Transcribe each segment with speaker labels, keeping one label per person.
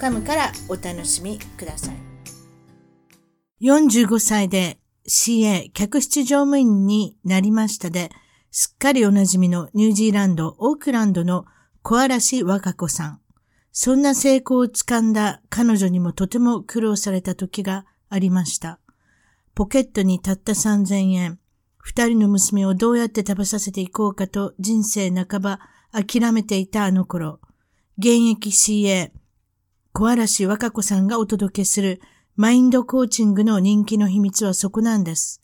Speaker 1: .com からお楽しみください45歳で CA 客室乗務員になりましたですっかりおなじみのニュージーランドオークランドの小嵐和歌子さんそんな成功をつかんだ彼女にもとても苦労された時がありましたポケットにたった3000円二人の娘をどうやって食べさせていこうかと人生半ば諦めていたあの頃、現役 CA、小嵐和歌子さんがお届けするマインドコーチングの人気の秘密はそこなんです。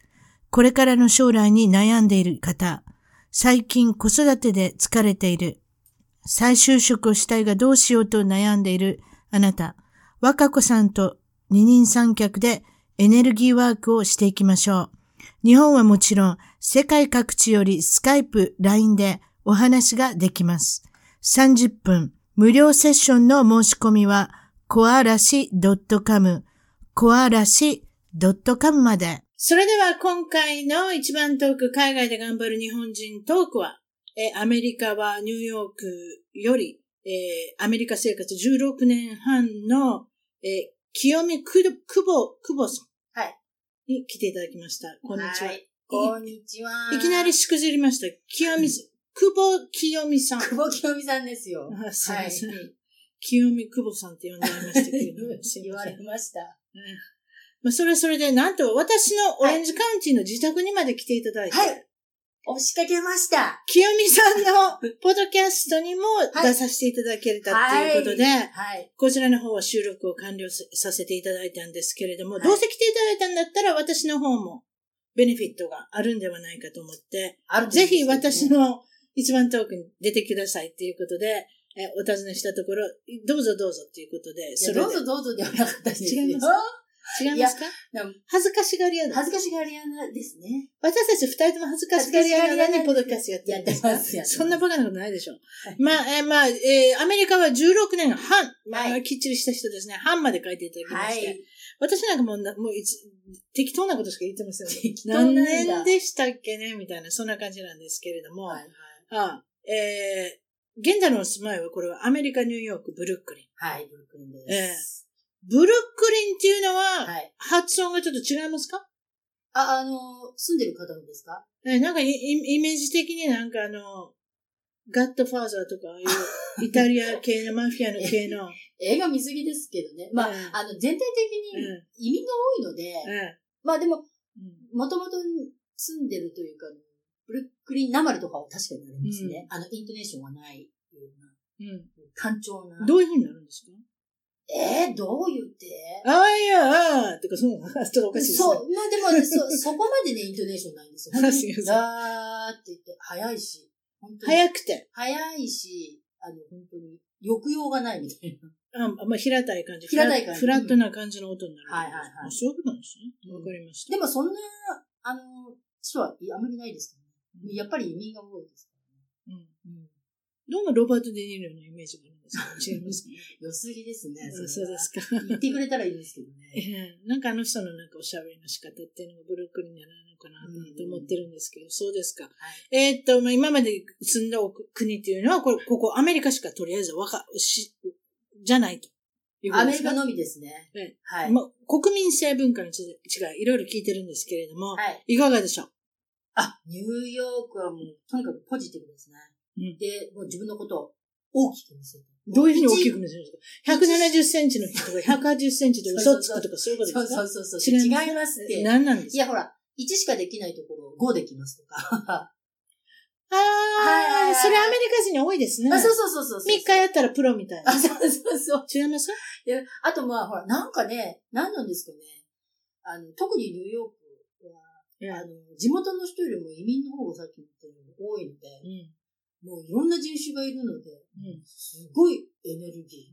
Speaker 1: これからの将来に悩んでいる方、最近子育てで疲れている、再就職をしたいがどうしようと悩んでいるあなた、和歌子さんと二人三脚でエネルギーワークをしていきましょう。日本はもちろん世界各地よりスカイプ、LINE でお話ができます。30分無料セッションの申し込みはコアラシ .com コアラシ .com まで。それでは今回の一番トーク海外で頑張る日本人トークは、えアメリカはニューヨークより、えアメリカ生活16年半の、え清美久保、久保さん。に来ていただきました。こんにちは。はい、
Speaker 2: こんにちは。
Speaker 1: いきなりしくじりました。清美、久保清美さん。
Speaker 2: 久保清美さんですよ。
Speaker 1: あ すいません。はい、清美久保さんって呼んでありましたけれども。
Speaker 2: 言われました。
Speaker 1: うん、まあ、それはそれで、なんと私のオレンジカウンティの自宅にまで来ていただいて。
Speaker 2: はい。押しかけました。
Speaker 1: 清美さん のポッドキャストにも出させていただけたということで、はいはい、こちらの方は収録を完了させていただいたんですけれども、はい、どうせ来ていただいたんだったら私の方もベネフィットがあるんではないかと思って、ね、ぜひ私の一番トークに出てくださいということで、えお尋ねしたところ、どうぞどうぞということで、
Speaker 2: それどうぞどうぞではなかったです。
Speaker 1: 違います違いますか恥ずかしがり屋
Speaker 2: 恥ずかしがり屋ですね。
Speaker 1: 私たち二人とも恥ずかしがり屋なのにポドキャストやって
Speaker 2: やってます。
Speaker 1: そんなバカなことないでしょ。まあ、えー、まあ、えー、アメリカは16年半、まあ、きっちりした人ですね。半まで書いていただきまして。私なんかもう、もう適当なことしか言ってません。適当何年でしたっけねみたいな、そんな感じなんですけれども。はいあえー、現在のお住まいはこれはアメリカ、ニューヨーク、ブルックリン。
Speaker 2: はい、ブルックリンです。
Speaker 1: ブルックリンっていうのは、はい、発音がちょっと違いますか
Speaker 2: あ、あの、住んでる方もですか
Speaker 1: え、なんかイ、イメージ的になんかあの、ガッドファーザーとか、 イタリア系の、マフィアの系の。
Speaker 2: 映画見すぎですけどね。まあ、うん、あの、全体的に移民が多いので、うん、まあでも、もともと住んでるというか、ブルックリンなまるとかは確かにありますね。うん、あの、イントネーションはないような、うん、単調な。
Speaker 1: どういうふうになるんですか
Speaker 2: えー、どう言って
Speaker 1: ああ、いや、ああ、てか、そう、ちょっとおかしいです
Speaker 2: ね。そう、まあでも、そ、 そこまでね、イントネーションないんですよ。
Speaker 1: 確かに。
Speaker 2: だーって言って、早いし。
Speaker 1: 本当に早くて。
Speaker 2: 早いし、あの、本当に、抑揚がないみ たい
Speaker 1: な。あ、まあ、平たい感じ。
Speaker 2: 平たい感じ。
Speaker 1: フラットな感じの音になる。
Speaker 2: はいはいはい。。
Speaker 1: そういうことなんですね。わかりました
Speaker 2: でも、そんな、あの、人はあまりないですけどね。やっぱり移民が多いです
Speaker 1: からね。うん。うんどうもロバート・デ・ニールのイメージがあるんです か違います
Speaker 2: 良すぎですね。
Speaker 1: そうですか。
Speaker 2: 言ってくれたらいいですけどね。
Speaker 1: なんかあの人のなんかおしゃべりの仕方っていうのがブルックリンじゃないのかなと思ってるんですけど、そうですか。えっと、まあ、今まで住んだ国っていうのは、これ、ここアメリカしかとりあえずわか、し、じゃないと。
Speaker 2: アメリカのみですね。
Speaker 1: はい。まあ、国民性文化の違い、いろいろ聞いてるんですけれども、いかがでしょう
Speaker 2: あ、ニューヨークはもう、とにかくポジティブですね。で、もう自分のことを大きく見せる。
Speaker 1: どういうふうに大きく見せるんですか ?170 センチの人が180センチで嘘つくとかそういうことです
Speaker 2: かそうそうそうそう違いますって。
Speaker 1: 何なんですか
Speaker 2: いや、ほら、1しかできないところを5できますとか。
Speaker 1: ああ、それアメリカ人に多いですね。
Speaker 2: あそうそうそうそう
Speaker 1: そう。3日やったらプロみたいな。
Speaker 2: あそうそうそう。
Speaker 1: 違います
Speaker 2: いや、あとまあ、ほら、なんかね、何なんですかね。あの、特にニューヨークは、あの、地元の人よりも移民の方がさっき言ったように多いので、うんもういろんな人種がいるので、うん、すごいエネルギー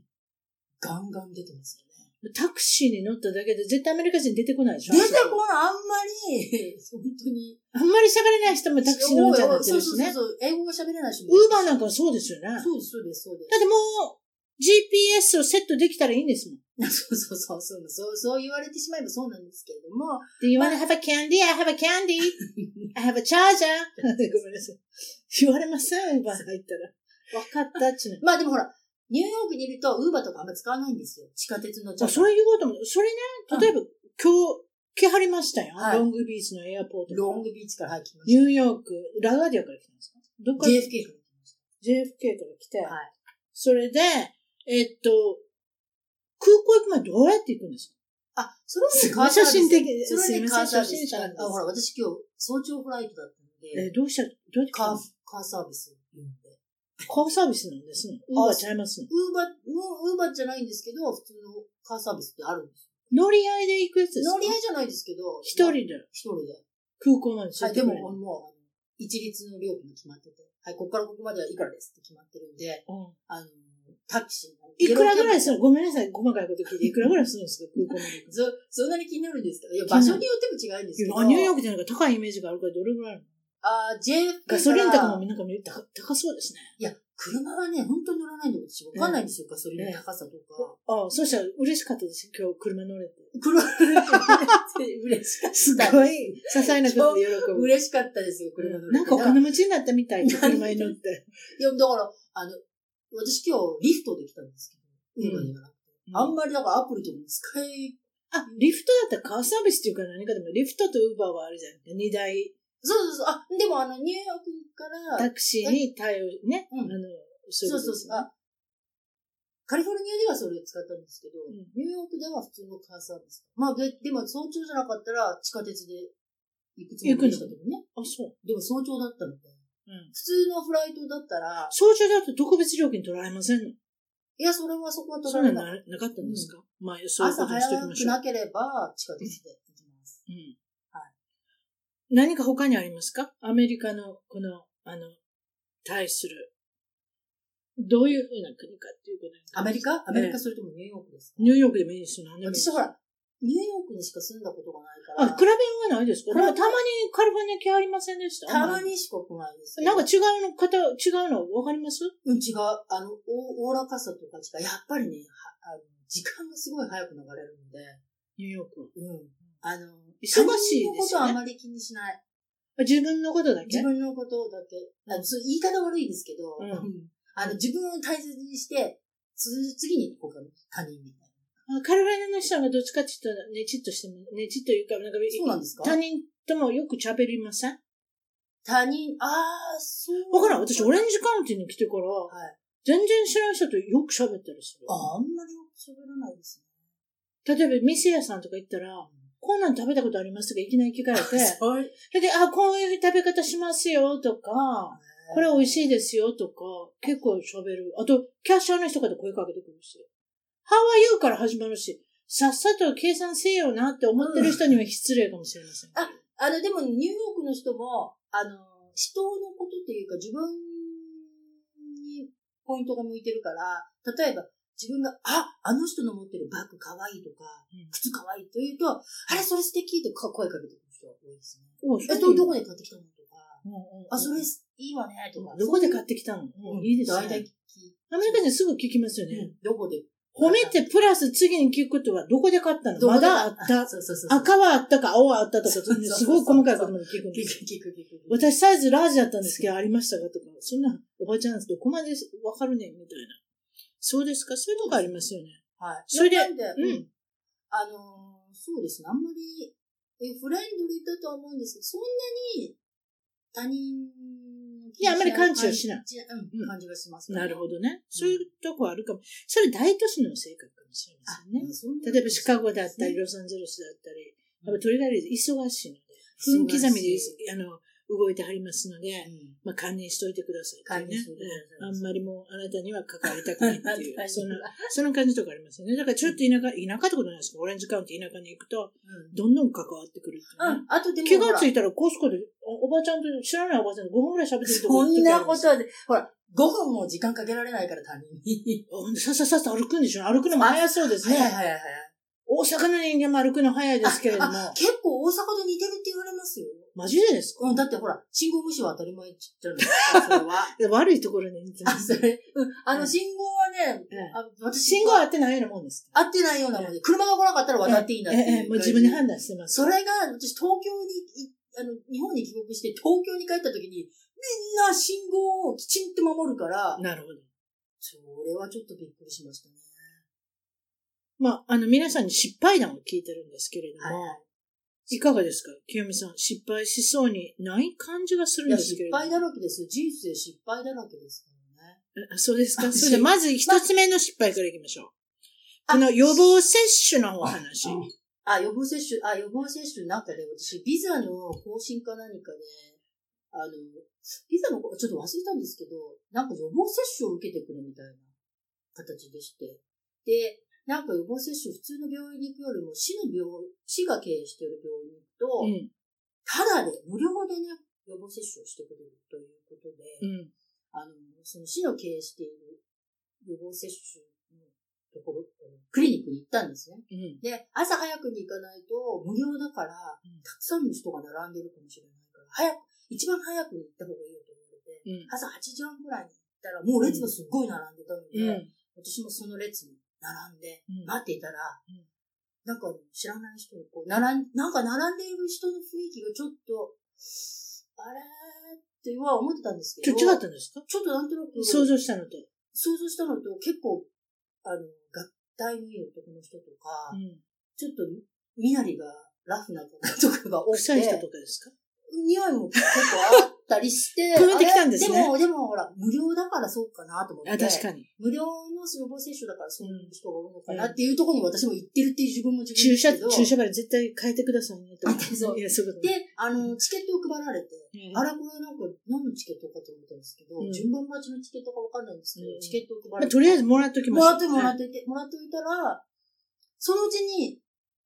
Speaker 2: ガンガン出てますよね。
Speaker 1: タクシーに乗っただけで絶対アメリカ人出てこないでしょ
Speaker 2: 出てこない、あんま り、本当に。
Speaker 1: あんまり喋れない人もタクシー乗っちゃってるし
Speaker 2: そうそうそう
Speaker 1: ね。
Speaker 2: そう。英語が喋れない人
Speaker 1: ウーバーなんかはそうですよね。だって
Speaker 2: そうです、そうです、そうです。
Speaker 1: もう GPS をセットできたらいいんですもん。
Speaker 2: そうそうそうそうそう、そう言われてしまえばそうなんですけれども、
Speaker 1: Do you wanna have a candy? I have a candy. I have a charger. ごめんなさい。言われません、ウーバー入ったら。わかったっちゅうの。
Speaker 2: まあでもほら、ニューヨークにいると、ウーバーとかあんま使わないんですよ。地下鉄のチ ャ
Speaker 1: あそれ言おうと思う。それね、例えば、今日、来はりましたよ。
Speaker 2: はい
Speaker 1: ロングビーチのエアポート
Speaker 2: ロン
Speaker 1: グ
Speaker 2: グビーチから入ってきま
Speaker 1: ニ
Speaker 2: し
Speaker 1: ューヨーク、ラガーディアから来たんですかどっか
Speaker 2: た。
Speaker 1: ら
Speaker 2: JFK から来まし
Speaker 1: JFK から来て、
Speaker 2: た。はい。
Speaker 1: それで、えっと、空港行く前どうやって行くんです
Speaker 2: あ、それはね、
Speaker 1: す
Speaker 2: カーター
Speaker 1: 写真的
Speaker 2: それはね、
Speaker 1: すい
Speaker 2: カ
Speaker 1: ま
Speaker 2: ー
Speaker 1: せん
Speaker 2: サービ
Speaker 1: 写真
Speaker 2: ス
Speaker 1: 者なんです
Speaker 2: あ、ほら、私今日、早朝フライトだったの
Speaker 1: かえ
Speaker 2: で、
Speaker 1: どうした、どうやって
Speaker 2: カー
Speaker 1: 行く、
Speaker 2: カーサービス呼んで。
Speaker 1: のカーサービスなんですの。ウーバーちゃいますの。
Speaker 2: ウーバー、もうウーバーじゃないんですけど、普通のカーサービスってあるんです
Speaker 1: 乗り合いで行くやつですか
Speaker 2: 乗り合いじゃないですけど、
Speaker 1: 一人
Speaker 2: まあ
Speaker 1: で
Speaker 2: 一人で。
Speaker 1: 空港まで連
Speaker 2: は
Speaker 1: れて
Speaker 2: い、で
Speaker 1: く
Speaker 2: も
Speaker 1: れる、
Speaker 2: もう、あの一律の料金が決まってて、はい、ここからここまではいくらですって決まってるんで、
Speaker 1: うん
Speaker 2: あの、タクシーの。
Speaker 1: いくらぐらい
Speaker 2: す
Speaker 1: するごめんなさい、細かいこと聞いて。いくらぐらいするんですか空港まで行くの
Speaker 2: そ、そんなに気になるんですかいや、場所によっても違うんですけど。
Speaker 1: いやニューヨークじゃなんか高いイメージがあるからどれぐらいあるの
Speaker 2: あー JFK か
Speaker 1: ガ
Speaker 2: ら
Speaker 1: ソリンとかもなんか見ると高高そうですね。
Speaker 2: いや、車はね、本当に乗らないので私わかんないんですよ、ガソリンの高さとか。
Speaker 1: ああ、そうしたら嬉しかったです。今日車乗れて。
Speaker 2: 車嬉しかった。
Speaker 1: すごい、些細なことで喜ぶ。
Speaker 2: 嬉しかったですよ、車乗れて。
Speaker 1: なんかお金持ちになったみたい、車
Speaker 2: なんで
Speaker 1: に乗って。
Speaker 2: いや、だから、あの、私今日リフトで来たんですけど、
Speaker 1: うん
Speaker 2: ウーバーではなくて。あんまりなんかアプリとかも使い、
Speaker 1: あ、リフトだったらカーサービスっていうか何かでも、リフトとウーバーはあるじゃないですか。二台、
Speaker 2: そうそうそう、あ、でもあの、ニューヨークから、
Speaker 1: タクシーに対応、ね。
Speaker 2: うん
Speaker 1: あの、そ
Speaker 2: そ
Speaker 1: いこと
Speaker 2: う
Speaker 1: です
Speaker 2: そうそう。
Speaker 1: ね
Speaker 2: あカリフォルニアではそれを使ったんですけど、
Speaker 1: ん
Speaker 2: ニューヨークでは普通のカーサービス。まあで、でも早朝じゃなかったら地下鉄で行くつもりでしたけどね。
Speaker 1: あ、そう。
Speaker 2: でも早朝だったので。
Speaker 1: うん。
Speaker 2: 普通のフライトだったら、
Speaker 1: 早朝だと特別料金取られませんの
Speaker 2: いや、それはそこは取
Speaker 1: そ
Speaker 2: ら
Speaker 1: うな
Speaker 2: れ
Speaker 1: んな
Speaker 2: ない。
Speaker 1: なかったんですかまあ、そういうこ
Speaker 2: 朝
Speaker 1: とにしておき
Speaker 2: 早
Speaker 1: ま
Speaker 2: く
Speaker 1: しょう
Speaker 2: な。ければ地下鉄で行きます。
Speaker 1: うん
Speaker 2: は
Speaker 1: 何か他にありますかアメリカのこの、あの、対する、どういうふうな国かっていうことに
Speaker 2: アメリカアメリ
Speaker 1: ええ
Speaker 2: カそれともニューヨークですか
Speaker 1: ニューヨークでもいいですよ、何でもいいです
Speaker 2: 私ほら、ニューヨークにしか住んだことがな
Speaker 1: あ、
Speaker 2: い
Speaker 1: 比
Speaker 2: から、
Speaker 1: べようがないですか
Speaker 2: 比べ
Speaker 1: でもたまにカリフォルニア系ありませんでした
Speaker 2: たま。にしか来ないですけど。
Speaker 1: なんか違うの方、違うの分かります
Speaker 2: うん、違う。あの、お、おおらかさとか違う。やっぱりね、はあの、時間がすごい早く流れるので、
Speaker 1: ニューヨークは。
Speaker 2: うん。あの、
Speaker 1: 忙しいですよね
Speaker 2: 他人のことはあまり気にしない。
Speaker 1: 自分のことだけ
Speaker 2: 自分のことだけ。あの、そう言い方悪いですけど、
Speaker 1: うん
Speaker 2: あの、自分を大切にして、つ次に他の他人みたい
Speaker 1: あカリフォルニアの人がどっちかって言ったら、ねちっとしても、ねちっというか、なんか、
Speaker 2: そうなんですか
Speaker 1: 他人ともよく喋りません
Speaker 2: な。他人、ああ、そう。
Speaker 1: わからん。私、オレンジカウンティに来てから、
Speaker 2: い
Speaker 1: 全然知らん人とよく喋ったりする。
Speaker 2: ああんまりよく喋らないです
Speaker 1: 例えば、店屋さんとか行ったら、こんなん食べたことありますとかいきなり聞かれて、
Speaker 2: ね。はい。
Speaker 1: それで、あ、こういう食べ方しますよとか、これ美味しいですよとか、結構喋る。あと、キャッシャーの人から声かけてくるし、How are you? から始まるし、さっさと計算せよなって思ってる人には失礼かもしれません。
Speaker 2: ああの、でもニューヨークの人も、あの、人のことっていうか自分にポイントが向いてるから、例えば自分が、あ、あの人の持ってるバッグかわいいとか、
Speaker 1: うん
Speaker 2: 靴かわいいと言うと、あれそれ素敵ってか声かけてくる人が多いですね。
Speaker 1: おそ
Speaker 2: え、
Speaker 1: う
Speaker 2: ど、どこで買ってきたのとか、
Speaker 1: うんうんうん
Speaker 2: あ、それいいわねとか。
Speaker 1: どこで買ってきたの、
Speaker 2: そういう
Speaker 1: うんいいです
Speaker 2: 大体聞
Speaker 1: ね。
Speaker 2: き、
Speaker 1: アメリカ人すぐ聞きますよね。
Speaker 2: うんどこで。
Speaker 1: 褒めてプラス次に聞くことはどこで買ったの
Speaker 2: どこ
Speaker 1: ま
Speaker 2: で
Speaker 1: だあった。
Speaker 2: そうそうそうそう。
Speaker 1: 赤はあったか青はあったとか、
Speaker 2: そうそうそう
Speaker 1: すごい細かいことまで聞くんで
Speaker 2: 聞
Speaker 1: すよ。
Speaker 2: く聞く聞く。
Speaker 1: 私サイズラージだったんですけど、ありましたかとか、そんなおばちゃんどこまでわかるねんみたいな。そうですかそういうのがありますよね。
Speaker 2: はい。
Speaker 1: それで
Speaker 2: なんで、うんん。あのーそうですね。あんまり、え、フレンドリーだとは思うんですけど、そんなに他人の気
Speaker 1: いやあんまり感知はしない
Speaker 2: 感じう
Speaker 1: うん
Speaker 2: ん、感じがします
Speaker 1: なるほ
Speaker 2: ど。
Speaker 1: どね。そういうとこあるかも。それ大都市の性格かもしれませんね。例えばシカゴだったり、ロサンゼルスだったり、やっぱとりあえず忙しいので、分刻みで、あの、動いてはりますので、
Speaker 2: うん
Speaker 1: まあ、関連しといてくださいっていうね。
Speaker 2: 関連しといてくだ
Speaker 1: うん
Speaker 2: さい
Speaker 1: あんまりもう、あなたには関わりたくない ってい
Speaker 2: 関
Speaker 1: う、
Speaker 2: 係
Speaker 1: そ
Speaker 2: な
Speaker 1: の
Speaker 2: い、
Speaker 1: その感じとかありますよね。だからちょっと田舎、田舎ってことないですかオレンジカウンティー田舎に行くと、
Speaker 2: うん
Speaker 1: どんどん関わってくるっていうね、
Speaker 2: うん、あとでも、
Speaker 1: 気がつ
Speaker 2: ほら
Speaker 1: いたらコスコで、おおばちゃんと、知らないおばちゃんと5分くらい喋ってると
Speaker 2: そんなこ
Speaker 1: は。
Speaker 2: とで、ほら、5分も時間かけられないから他人に。
Speaker 1: さささっと歩くんでしょ歩くのも早そうですね。
Speaker 2: いはい。
Speaker 1: 大阪の人間も歩くの早いですけれども。
Speaker 2: あ結構大阪と似てるって言われますよ。
Speaker 1: マジでですか
Speaker 2: うん、だってほら、信号無視は当たり前じゃないですか、それは。
Speaker 1: 悪いところに似てま
Speaker 2: あ、
Speaker 1: す。
Speaker 2: それ、うん、あ
Speaker 1: う
Speaker 2: の、
Speaker 1: ん
Speaker 2: 信号はね、
Speaker 1: ええ
Speaker 2: あ私、
Speaker 1: 信号合ってないようなもんですか
Speaker 2: 合ってないようなもんで、車が来なかったら渡っていいんだっ
Speaker 1: え
Speaker 2: て
Speaker 1: え
Speaker 2: いう感じ。
Speaker 1: ええ、もう自分で判断してます。
Speaker 2: それが、私、東京に、いあの、日本に帰国して、東京に帰った時に、みんな信号をきちんと守るから、
Speaker 1: なるほど。
Speaker 2: それはちょっとびっくりしましたね。
Speaker 1: まあ、あの、皆さんに失敗談を聞いてるんですけれども、、
Speaker 2: はい
Speaker 1: かがですか清美さん、失敗しそうにない感じがする
Speaker 2: い
Speaker 1: ん
Speaker 2: や、
Speaker 1: です
Speaker 2: 失
Speaker 1: けれども。
Speaker 2: 敗だらけですよ。人生失敗だらけですからね。
Speaker 1: あそうですか。
Speaker 2: あ
Speaker 1: それで、まず一つ目の失敗からいきましょう。この予防接種のお話。
Speaker 2: ああ、予防接種、あ、予防接種なんかで、私、ビザの更新か何かで、あの、ビザの、ちょっと忘れたんですけど、なんか予防接種を受けてくれみたいな形でして。で、なんか予防接種、普通の病院に行くよりも、市の病、市が経営している病院に
Speaker 1: う
Speaker 2: 行く
Speaker 1: ん。
Speaker 2: と、ただで、無料でね、予防接種をしてくれるということで、
Speaker 1: うん。
Speaker 2: あの、その市の経営している予防接種のところ、あのクリニックに行ったんですね。
Speaker 1: うん。
Speaker 2: で、朝早くに行かないと無料だから、
Speaker 1: ん
Speaker 2: たくさんの人が並んでるかもしれないから、早く、一番早くに行った方がいいよと言われて、
Speaker 1: うん。
Speaker 2: 朝8時半ぐらいに行ったら、もう列がすっごい並んでたので、
Speaker 1: うん。
Speaker 2: 私もその列に並んで、
Speaker 1: うん
Speaker 2: 待っていたら、
Speaker 1: ん
Speaker 2: なんか知らない人にこう、並ん、なんか並んでいる人の雰囲気がちょっと、あれーっては思ってたんです
Speaker 1: ち
Speaker 2: け
Speaker 1: ょ、
Speaker 2: ど、
Speaker 1: 違ったんですか
Speaker 2: ちょっとなんとなく、
Speaker 1: 想像したのと。
Speaker 2: 想像したのと結構、あの、合体のいい男の人とか、
Speaker 1: うん。
Speaker 2: ちょっと、身なりがラフな方とかが多く
Speaker 1: 臭い人
Speaker 2: て
Speaker 1: と、かですか
Speaker 2: 匂いも結構あったり して、
Speaker 1: 増えてきたんですね
Speaker 2: あれでも、でもほら、無料だからそうかなと思って。
Speaker 1: あ、確かに。
Speaker 2: 無料の予防接種だからそういう人が多いのかなっていうところに私も行ってるっていう自分も自分
Speaker 1: 注
Speaker 2: です
Speaker 1: 射、
Speaker 2: けど。
Speaker 1: 注射針絶対変えてくださいねと。
Speaker 2: そう
Speaker 1: いや、そういうことね。
Speaker 2: で、あの、チケットを配られて、
Speaker 1: うん
Speaker 2: あれこれなんか何のチケットかと思ったんですけど、
Speaker 1: うん
Speaker 2: 順番待ちのチケットかわかんないんですけど、
Speaker 1: うん
Speaker 2: チケットを
Speaker 1: ま
Speaker 2: 配ら
Speaker 1: あ
Speaker 2: れて。
Speaker 1: とりあえずもらっときま
Speaker 2: も
Speaker 1: しょう
Speaker 2: らってもら
Speaker 1: は
Speaker 2: ってて、もらっておいたら、そのうちに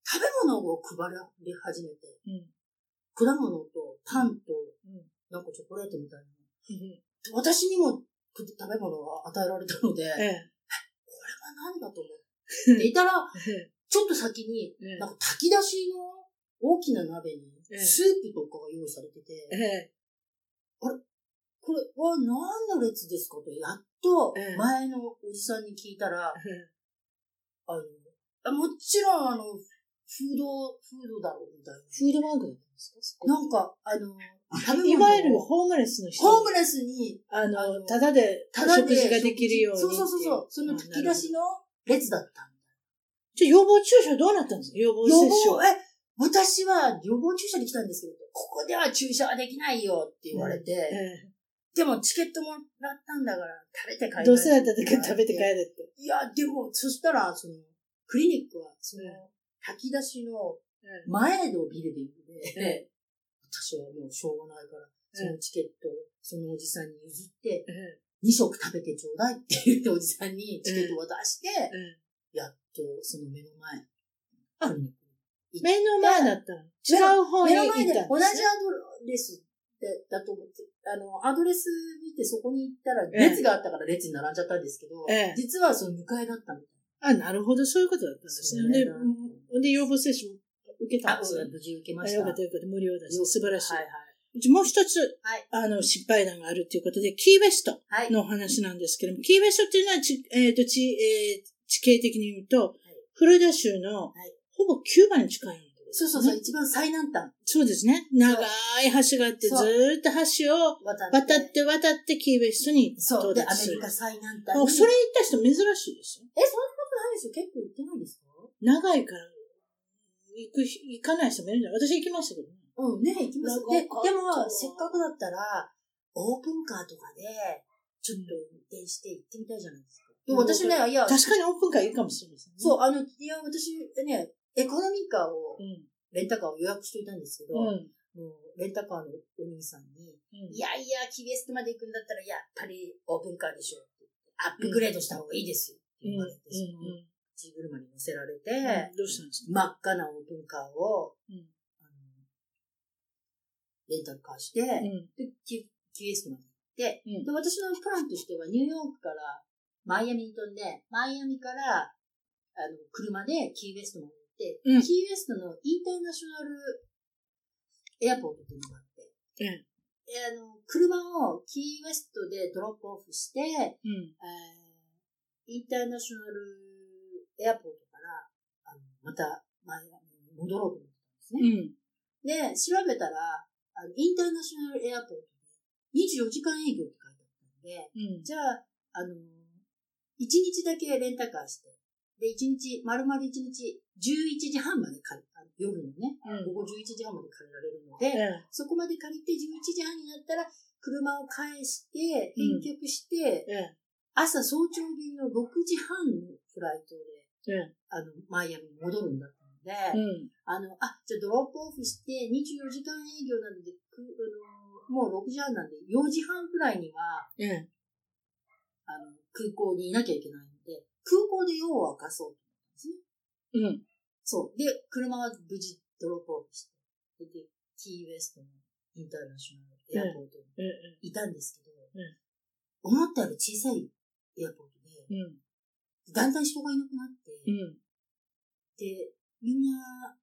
Speaker 2: 食べ物を配られ始めて、
Speaker 1: いうん
Speaker 2: 果物とパンと、
Speaker 1: うん
Speaker 2: なんかチョコレートみたいな。
Speaker 1: うん
Speaker 2: 私にも食べ食べ物が与えられたので、こ
Speaker 1: え
Speaker 2: れは
Speaker 1: え
Speaker 2: 何だと思っていたら、ちょっと先に、
Speaker 1: ええ
Speaker 2: なんか炊き出しの大きな鍋に
Speaker 1: ええ
Speaker 2: スープとかが用意されて
Speaker 1: え
Speaker 2: て、
Speaker 1: え
Speaker 2: これは何の列ですかと、やっと
Speaker 1: ええ
Speaker 2: 前のおじさんに聞いたら、あの、あもちろん、あの、フード、フードだろうみたい
Speaker 1: フードバンクだったんですかそこ
Speaker 2: な。なんか、あの、食べ
Speaker 1: いわゆる
Speaker 2: 物を
Speaker 1: ホームレスの人。
Speaker 2: ホームレスに、
Speaker 1: あ
Speaker 2: あ
Speaker 1: の、
Speaker 2: の
Speaker 1: ただで、
Speaker 2: ただで
Speaker 1: 食事ができるようにって
Speaker 2: そう
Speaker 1: い。
Speaker 2: そうそうそう、その炊き出し
Speaker 1: の。
Speaker 2: の列だった。
Speaker 1: じゃあ予防注射どうなったんですか予防
Speaker 2: 予
Speaker 1: 接
Speaker 2: 防、
Speaker 1: 種。
Speaker 2: え、私は予防注射で来たんですけど、ここでは注射はできないよって言われて、
Speaker 1: え
Speaker 2: でもチケットもらったんだから食べて
Speaker 1: え
Speaker 2: 帰る。
Speaker 1: どうせだったら食べて帰れって。
Speaker 2: いや、でも、そしたら、その、クリニックは、その
Speaker 1: うん、
Speaker 2: 炊き出しの
Speaker 1: うん
Speaker 2: 前のビルディングで、
Speaker 1: え
Speaker 2: 私はもうしょうがないから、そのチケットをそのおじさんに譲って、
Speaker 1: え
Speaker 2: 2食食べてちょうだいって言っておじさんにチケットを渡して、
Speaker 1: ええ
Speaker 2: やっとその目の前、クリニック
Speaker 1: 目の前だったの。違う方に
Speaker 2: 目
Speaker 1: 行
Speaker 2: の
Speaker 1: ったん
Speaker 2: 前
Speaker 1: で
Speaker 2: です
Speaker 1: ね
Speaker 2: 同じアドレスでだと思って、あの、アドレス見てそこに行ったら、列があったから列に並んじゃったんですけど、
Speaker 1: ええ
Speaker 2: 実はその迎えだったみたい
Speaker 1: あ、なるほど、そういうことだったんです
Speaker 2: そう
Speaker 1: ね。
Speaker 2: ね
Speaker 1: で、うんで、予防接種も受けた
Speaker 2: な。
Speaker 1: んですね。
Speaker 2: 無事受け
Speaker 1: あよかったよかった、無料だし、素晴らしい
Speaker 2: はい。
Speaker 1: うちもう一つ、
Speaker 2: はい
Speaker 1: あの、失敗談があるということで、キーベスト
Speaker 2: はい。はい。
Speaker 1: のお話なんですけども、キーベストっていうのはち、えっ、と、地、えー地形的に言うと、フロリダ州の、
Speaker 2: い
Speaker 1: ほぼキューバに近いんです、
Speaker 2: そうそうそう、。一番最南端
Speaker 1: そうですね。長い橋があって、ず
Speaker 2: そう
Speaker 1: ーっと橋を
Speaker 2: 渡って。
Speaker 1: 渡って渡ってキーベストに
Speaker 2: そ
Speaker 1: 到
Speaker 2: う。で、ア
Speaker 1: 達
Speaker 2: メ
Speaker 1: す
Speaker 2: リ
Speaker 1: る。
Speaker 2: カ最南端
Speaker 1: あ
Speaker 2: に。
Speaker 1: それ行った人珍しいですよ。
Speaker 2: え、そんなことないですよ。結構行ってないですか
Speaker 1: 長いから、行く日、行かない人もいるんじゃない私行きましたけどね。
Speaker 2: うん、ね、行きま
Speaker 1: な
Speaker 2: す
Speaker 1: ん。か
Speaker 2: で、
Speaker 1: あ
Speaker 2: でも、
Speaker 1: と
Speaker 2: せっかくだったら、オープンカーとかで、ちょっと運転して行ってみたいじゃないですか。でも私ね、いや、
Speaker 1: 確かにオープンカーいいかもしれませんね。
Speaker 2: そう、あの、いや、私ね、エコノミーカーを
Speaker 1: う、ん。
Speaker 2: レンタカーを予約していたんですけど、
Speaker 1: うん。
Speaker 2: もう、レンタカーのお兄さんに、いやいや、キ s エストまで行くんだったら、やっぱりオープンカーでしょって言って。アップグレードした方がいいですよ。って言われて、その、口車に乗せられて、
Speaker 1: どうしたんですか
Speaker 2: 真っ赤なオープンカーを、
Speaker 1: うん
Speaker 2: あのレンタカーして、
Speaker 1: うん。
Speaker 2: で、キキュエストまで行って、
Speaker 1: うん
Speaker 2: で、私のプランとしては、ニューヨークからマイアミに飛んで、マイアミから、あの、車でキーウエストまで
Speaker 1: うん
Speaker 2: 行って、キーウエストのインターナショナルエアポートっていうのがあっ
Speaker 1: う
Speaker 2: て、
Speaker 1: ん
Speaker 2: であの、車をキーウエストでドロップオフして、
Speaker 1: うん。
Speaker 2: えーインターナショナルエアポートから、あのまた、マイアミに戻ろうと思ってたんですね。
Speaker 1: うん。
Speaker 2: で、調べたら、あのインターナショナルエアポートで24時間営業って書いてあったんで、
Speaker 1: うん。
Speaker 2: じゃあ、あの、1日だけレンタカーして、で、1日、丸々1日、11時半まで借りた、夜のね、
Speaker 1: うん
Speaker 2: 午後11時半まで借りられるので、そこまで借りて11時半になったら、車を返して、
Speaker 1: うん
Speaker 2: 返却して、朝早朝便の6時半のフライト
Speaker 1: う
Speaker 2: で、
Speaker 1: ん
Speaker 2: あの、マイアミに戻るんだったので、
Speaker 1: うん。
Speaker 2: あの、あ、じゃあドロップオフして24時間営業なので、くあのもう6時半なんで、4時半くらいには、
Speaker 1: うん。
Speaker 2: あの、空港にいなきゃいけないので、空港で用を明かそうと思った
Speaker 1: う
Speaker 2: んですね。
Speaker 1: ん。
Speaker 2: そう。で、車は無事ドロップオフして、で、キーウェストのインターナショナルエアポートに
Speaker 1: う
Speaker 2: いたんですけど、
Speaker 1: ん
Speaker 2: 思ったより小さいエアポートで、
Speaker 1: ん。
Speaker 2: だんだん人がいなくなって、
Speaker 1: うん。
Speaker 2: で、みんな、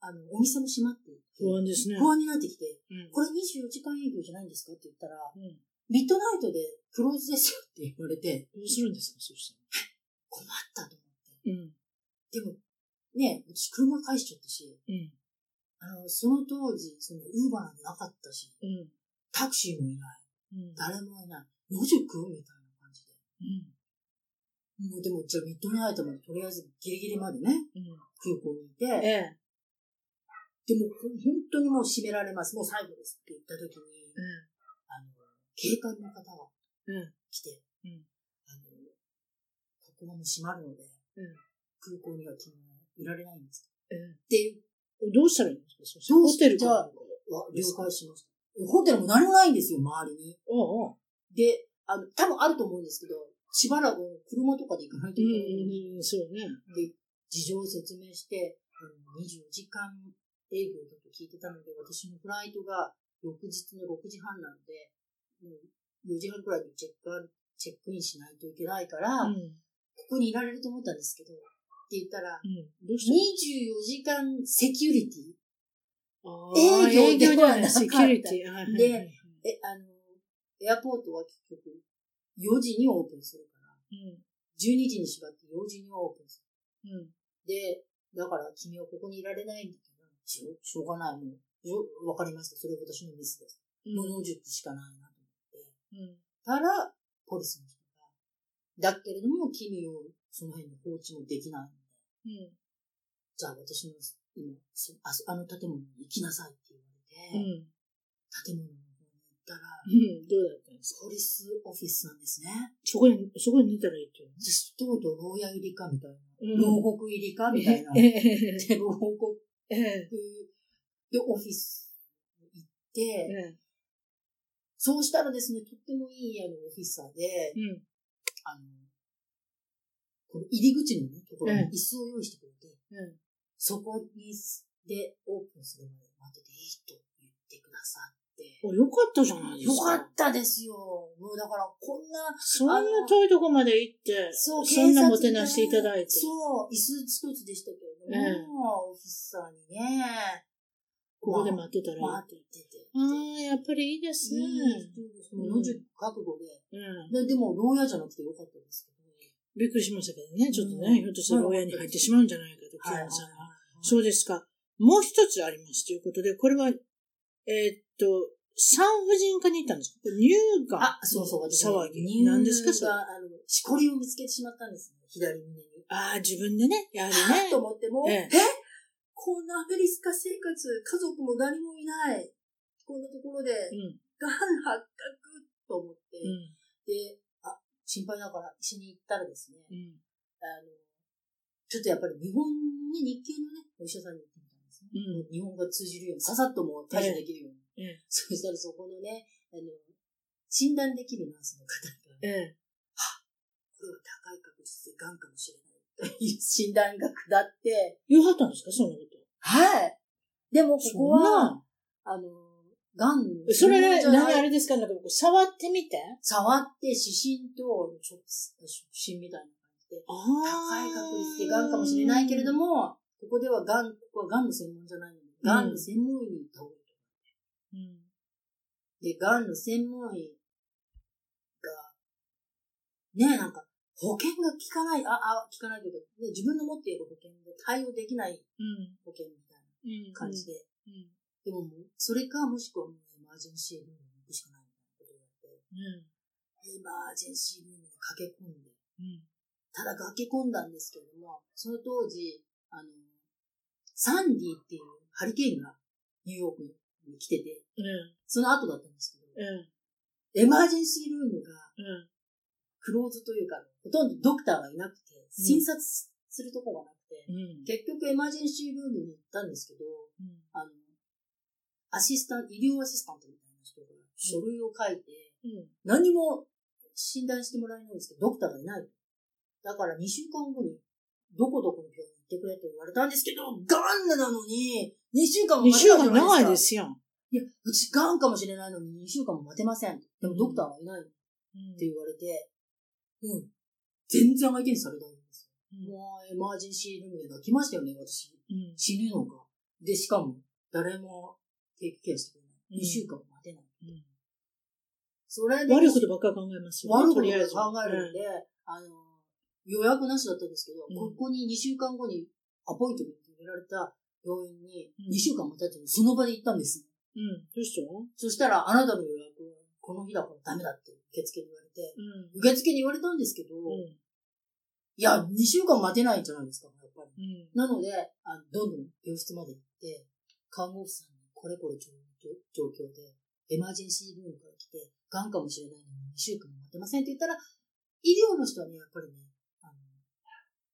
Speaker 2: あの、お店も閉まっていて、
Speaker 1: 不安ですね。
Speaker 2: 不安になってきて、
Speaker 1: うん。
Speaker 2: これ24時間営業じゃないんですかって言ったら、
Speaker 1: うん。ど
Speaker 2: ミッドナイトでクローズですよって言われて、
Speaker 1: うするんですか、そし
Speaker 2: 困ったと思った
Speaker 1: ら。うん。
Speaker 2: て。でも、ね、私車返しちゃったし、
Speaker 1: うん。
Speaker 2: あの、その当時、そのウーバーなんてなかったし、
Speaker 1: うん。
Speaker 2: タクシーもいない、
Speaker 1: うん。
Speaker 2: 誰もいない、野宿みたいな感じで。
Speaker 1: うん。
Speaker 2: もうでも、じゃあミッドナイトまでとりあえずギリギリまでね、
Speaker 1: う
Speaker 2: 空港にい
Speaker 1: ん。
Speaker 2: て、
Speaker 1: え。
Speaker 2: でもほ本当にもう閉められます、もう最後ですって言った時に、あの、警官の方が
Speaker 1: うん
Speaker 2: 来て、
Speaker 1: うん
Speaker 2: あの、ここはもう閉まるので、
Speaker 1: うん
Speaker 2: 空港には君はいられないんです。
Speaker 1: うん。
Speaker 2: で、
Speaker 1: どうしたらいいんですか、そし
Speaker 2: ど
Speaker 1: ホ
Speaker 2: うして
Speaker 1: テル
Speaker 2: じ
Speaker 1: から
Speaker 2: ゃあ。、わ了解しました。ホテルも何もないんですよ、周りに。
Speaker 1: おうおう。
Speaker 2: で、あの、多分あると思うんですけど、しばらく車とかで行かないと
Speaker 1: う
Speaker 2: い
Speaker 1: ん
Speaker 2: けないので、
Speaker 1: うん。そうね。
Speaker 2: 事情を説明して、あの24時間営業だと聞いてたので、私のフライトが翌日の6時半なので、もう4時半くらいにチェックアウトチェックインしないといけないから、
Speaker 1: うん。
Speaker 2: ここにいられると思ったんですけど、って言ったら、
Speaker 1: うん。どうした
Speaker 2: 24時間セキュリティ
Speaker 1: ああ営業ではない、セキュリティ。はい、はいはい
Speaker 2: え、あの、エアポートは結局、4時にオープンするから、12時に縛って4時にオープンす
Speaker 1: うん。うん。
Speaker 2: る。で、だから君はここにいられないんだけど、しょしょうがない、もう、よわかりました。それは私のミスです。無能術しかないなと思って。
Speaker 1: うん。
Speaker 2: たら、ポリスの人が、だけれども君をその辺に放置もできない。
Speaker 1: うん。
Speaker 2: じゃあ私の今、そあそあの建物に行きなさいって言われ
Speaker 1: う
Speaker 2: て、
Speaker 1: ん。
Speaker 2: 建物の方に行ったら、
Speaker 1: うん。どうだったんですか
Speaker 2: ポリスオフィスなんですね。
Speaker 1: そこに、そこに寝たらいいっていう
Speaker 2: 私、とうとう牢屋入りかみたいな。
Speaker 1: うん
Speaker 2: 牢獄入りかみたいな。
Speaker 1: ええ
Speaker 2: で、牢獄
Speaker 1: ええ
Speaker 2: でオフィスに行って、
Speaker 1: え
Speaker 2: そうしたらですね、とってもいいあのオフィサーで、
Speaker 1: うん。
Speaker 2: あの、この入り口のね、ところに
Speaker 1: うん
Speaker 2: 椅子を用意してくれて、
Speaker 1: うん
Speaker 2: そこにす、で、オープンするまで待ってていいと言ってくださって。
Speaker 1: お、よかったじゃないです
Speaker 2: よ
Speaker 1: か。
Speaker 2: かったですよ。もうだから、こんな、
Speaker 1: そんな遠いとこまで行って、
Speaker 2: そう、
Speaker 1: んな
Speaker 2: 警察
Speaker 1: もてなしていただいて。
Speaker 2: そう、椅子一つでしたけれども、オフィスさんにね、
Speaker 1: ここで待ってたらいい
Speaker 2: 待
Speaker 1: っ。
Speaker 2: っててて。
Speaker 1: ああ、やっぱりいいですね。
Speaker 2: もう40覚悟
Speaker 1: うん。
Speaker 2: で。ででも、牢屋じゃなくてよかったですけどね。
Speaker 1: びっくりしましたけどね、ちょっとね、
Speaker 2: うん
Speaker 1: ひょっとしたら親に入ってしまうんじゃないかと、キ
Speaker 2: は
Speaker 1: ア
Speaker 2: いはい
Speaker 1: ンさんが。
Speaker 2: う。
Speaker 1: そうですか。もう一つありますということで、これは、えーっと、産婦人科に行ったんですかこれ乳がん。
Speaker 2: あ、そうそう、私
Speaker 1: 騒ぎ。何ですか、
Speaker 2: 乳
Speaker 1: そ
Speaker 2: が
Speaker 1: れ。
Speaker 2: あの、しこりを見つけてしまったんですね。左胸に。
Speaker 1: ああ、自分でね、やはり
Speaker 2: は
Speaker 1: ね
Speaker 2: っと。思っても、
Speaker 1: え
Speaker 2: えこんなアメリカ生活、家族も何もいない。こんなところで、
Speaker 1: うん。
Speaker 2: がん発覚と思って、
Speaker 1: うん。
Speaker 2: で、あ、心配だから一緒に行ったらですね、
Speaker 1: うん。
Speaker 2: あの、ちょっとやっぱり日本に日系のね、お医者さんに行ってみたんですですね。日本語が通じるように、ささっともう対処できるように。そしたらそこのね、あの、診断できるナースの方が、
Speaker 1: え
Speaker 2: これは高い確率で癌かもしれないという診断が下って、
Speaker 1: 言わはったんですかそんなこ。
Speaker 2: はい。でもことこは、あの、癌の
Speaker 1: そんな。それ、
Speaker 2: じゃ
Speaker 1: なんか
Speaker 2: な
Speaker 1: あ
Speaker 2: い
Speaker 1: れですかなんかこう触ってみて。
Speaker 2: 触って指針と触診みたいな感じで、高い確率で癌かもしれないけれど
Speaker 1: も。
Speaker 2: も、ここでは癌、ここは癌の専門じゃないので、癌の専門医に行った方がいい。
Speaker 1: うん
Speaker 2: で、がんの専門医が、ねえ、なんか、保険が効かない、あ、あ、効かないというか、ね、自分の持っている保険で対応できない保険みたい
Speaker 1: うん。
Speaker 2: な感じで、
Speaker 1: うん。
Speaker 2: でももう、それか、もしくはもうエマージェンシールームに行くしかないみたいなことをやって、エマージェンシールームに駆け込んで、
Speaker 1: うん。
Speaker 2: ただ駆け込んだんですけれども、その当時、あの、サンディっていうハリケーンがニューヨークに来てて、
Speaker 1: うん。
Speaker 2: その後だったんですけど、
Speaker 1: うん。
Speaker 2: エマージェンシールームが、
Speaker 1: うん。
Speaker 2: クローズというか、ほとんどドクターがいなくて、診察するとこがなくて、
Speaker 1: うん。
Speaker 2: 結局エマージェンシールームに行ったんですけど、
Speaker 1: うん。
Speaker 2: あの、アシスタント、医療アシスタントみたいな人が書類を書いて、
Speaker 1: うん。
Speaker 2: 何も診断してもらえないんですけど、ドクターがいない。だから2週間後に、どこどこの病院に行ってくれと言われたんですけど、ガンなのに、2週間も
Speaker 1: 二週
Speaker 2: 待て
Speaker 1: 間
Speaker 2: ないじゃないですか。
Speaker 1: 長いですよ。
Speaker 2: いや、うちガンかもしれないのに2週間も待てません。でもドクターはいない。って言われて、うん。全然相手にされないんですよ。もう、エマージェンシールームで泣きましたよね、私。
Speaker 1: うん。
Speaker 2: 死ぬのか。で、しかも、誰も定期ケアしてくれ
Speaker 1: うん
Speaker 2: ない。2週間も待てない。
Speaker 1: うん
Speaker 2: それで、
Speaker 1: 悪いことばっかり考えますよね。
Speaker 2: 悪いこと
Speaker 1: とりあえず
Speaker 2: 考えるんで、あの、予約なしだったんですけど、
Speaker 1: うん
Speaker 2: ここに2週間後にアポイントメント入れられた病院に
Speaker 1: うん
Speaker 2: 2週間待たずにその場で行ったんです。
Speaker 1: うん。うん。どうしたの
Speaker 2: そしたら、あなたの予約はこの日だからダメだって受付に言われて、
Speaker 1: うん。
Speaker 2: 受付に言われたんですけど、
Speaker 1: うん。
Speaker 2: いや、2週間待てないんじゃないですか、やっぱり。
Speaker 1: うん。
Speaker 2: なので、あどんどん病室まで行って、看護婦さんにこれこれ状状況で、エマージェンシールームから来て、癌かもしれないのに2週間待てませんって言ったら、医療の人はね、やっぱりね、あの、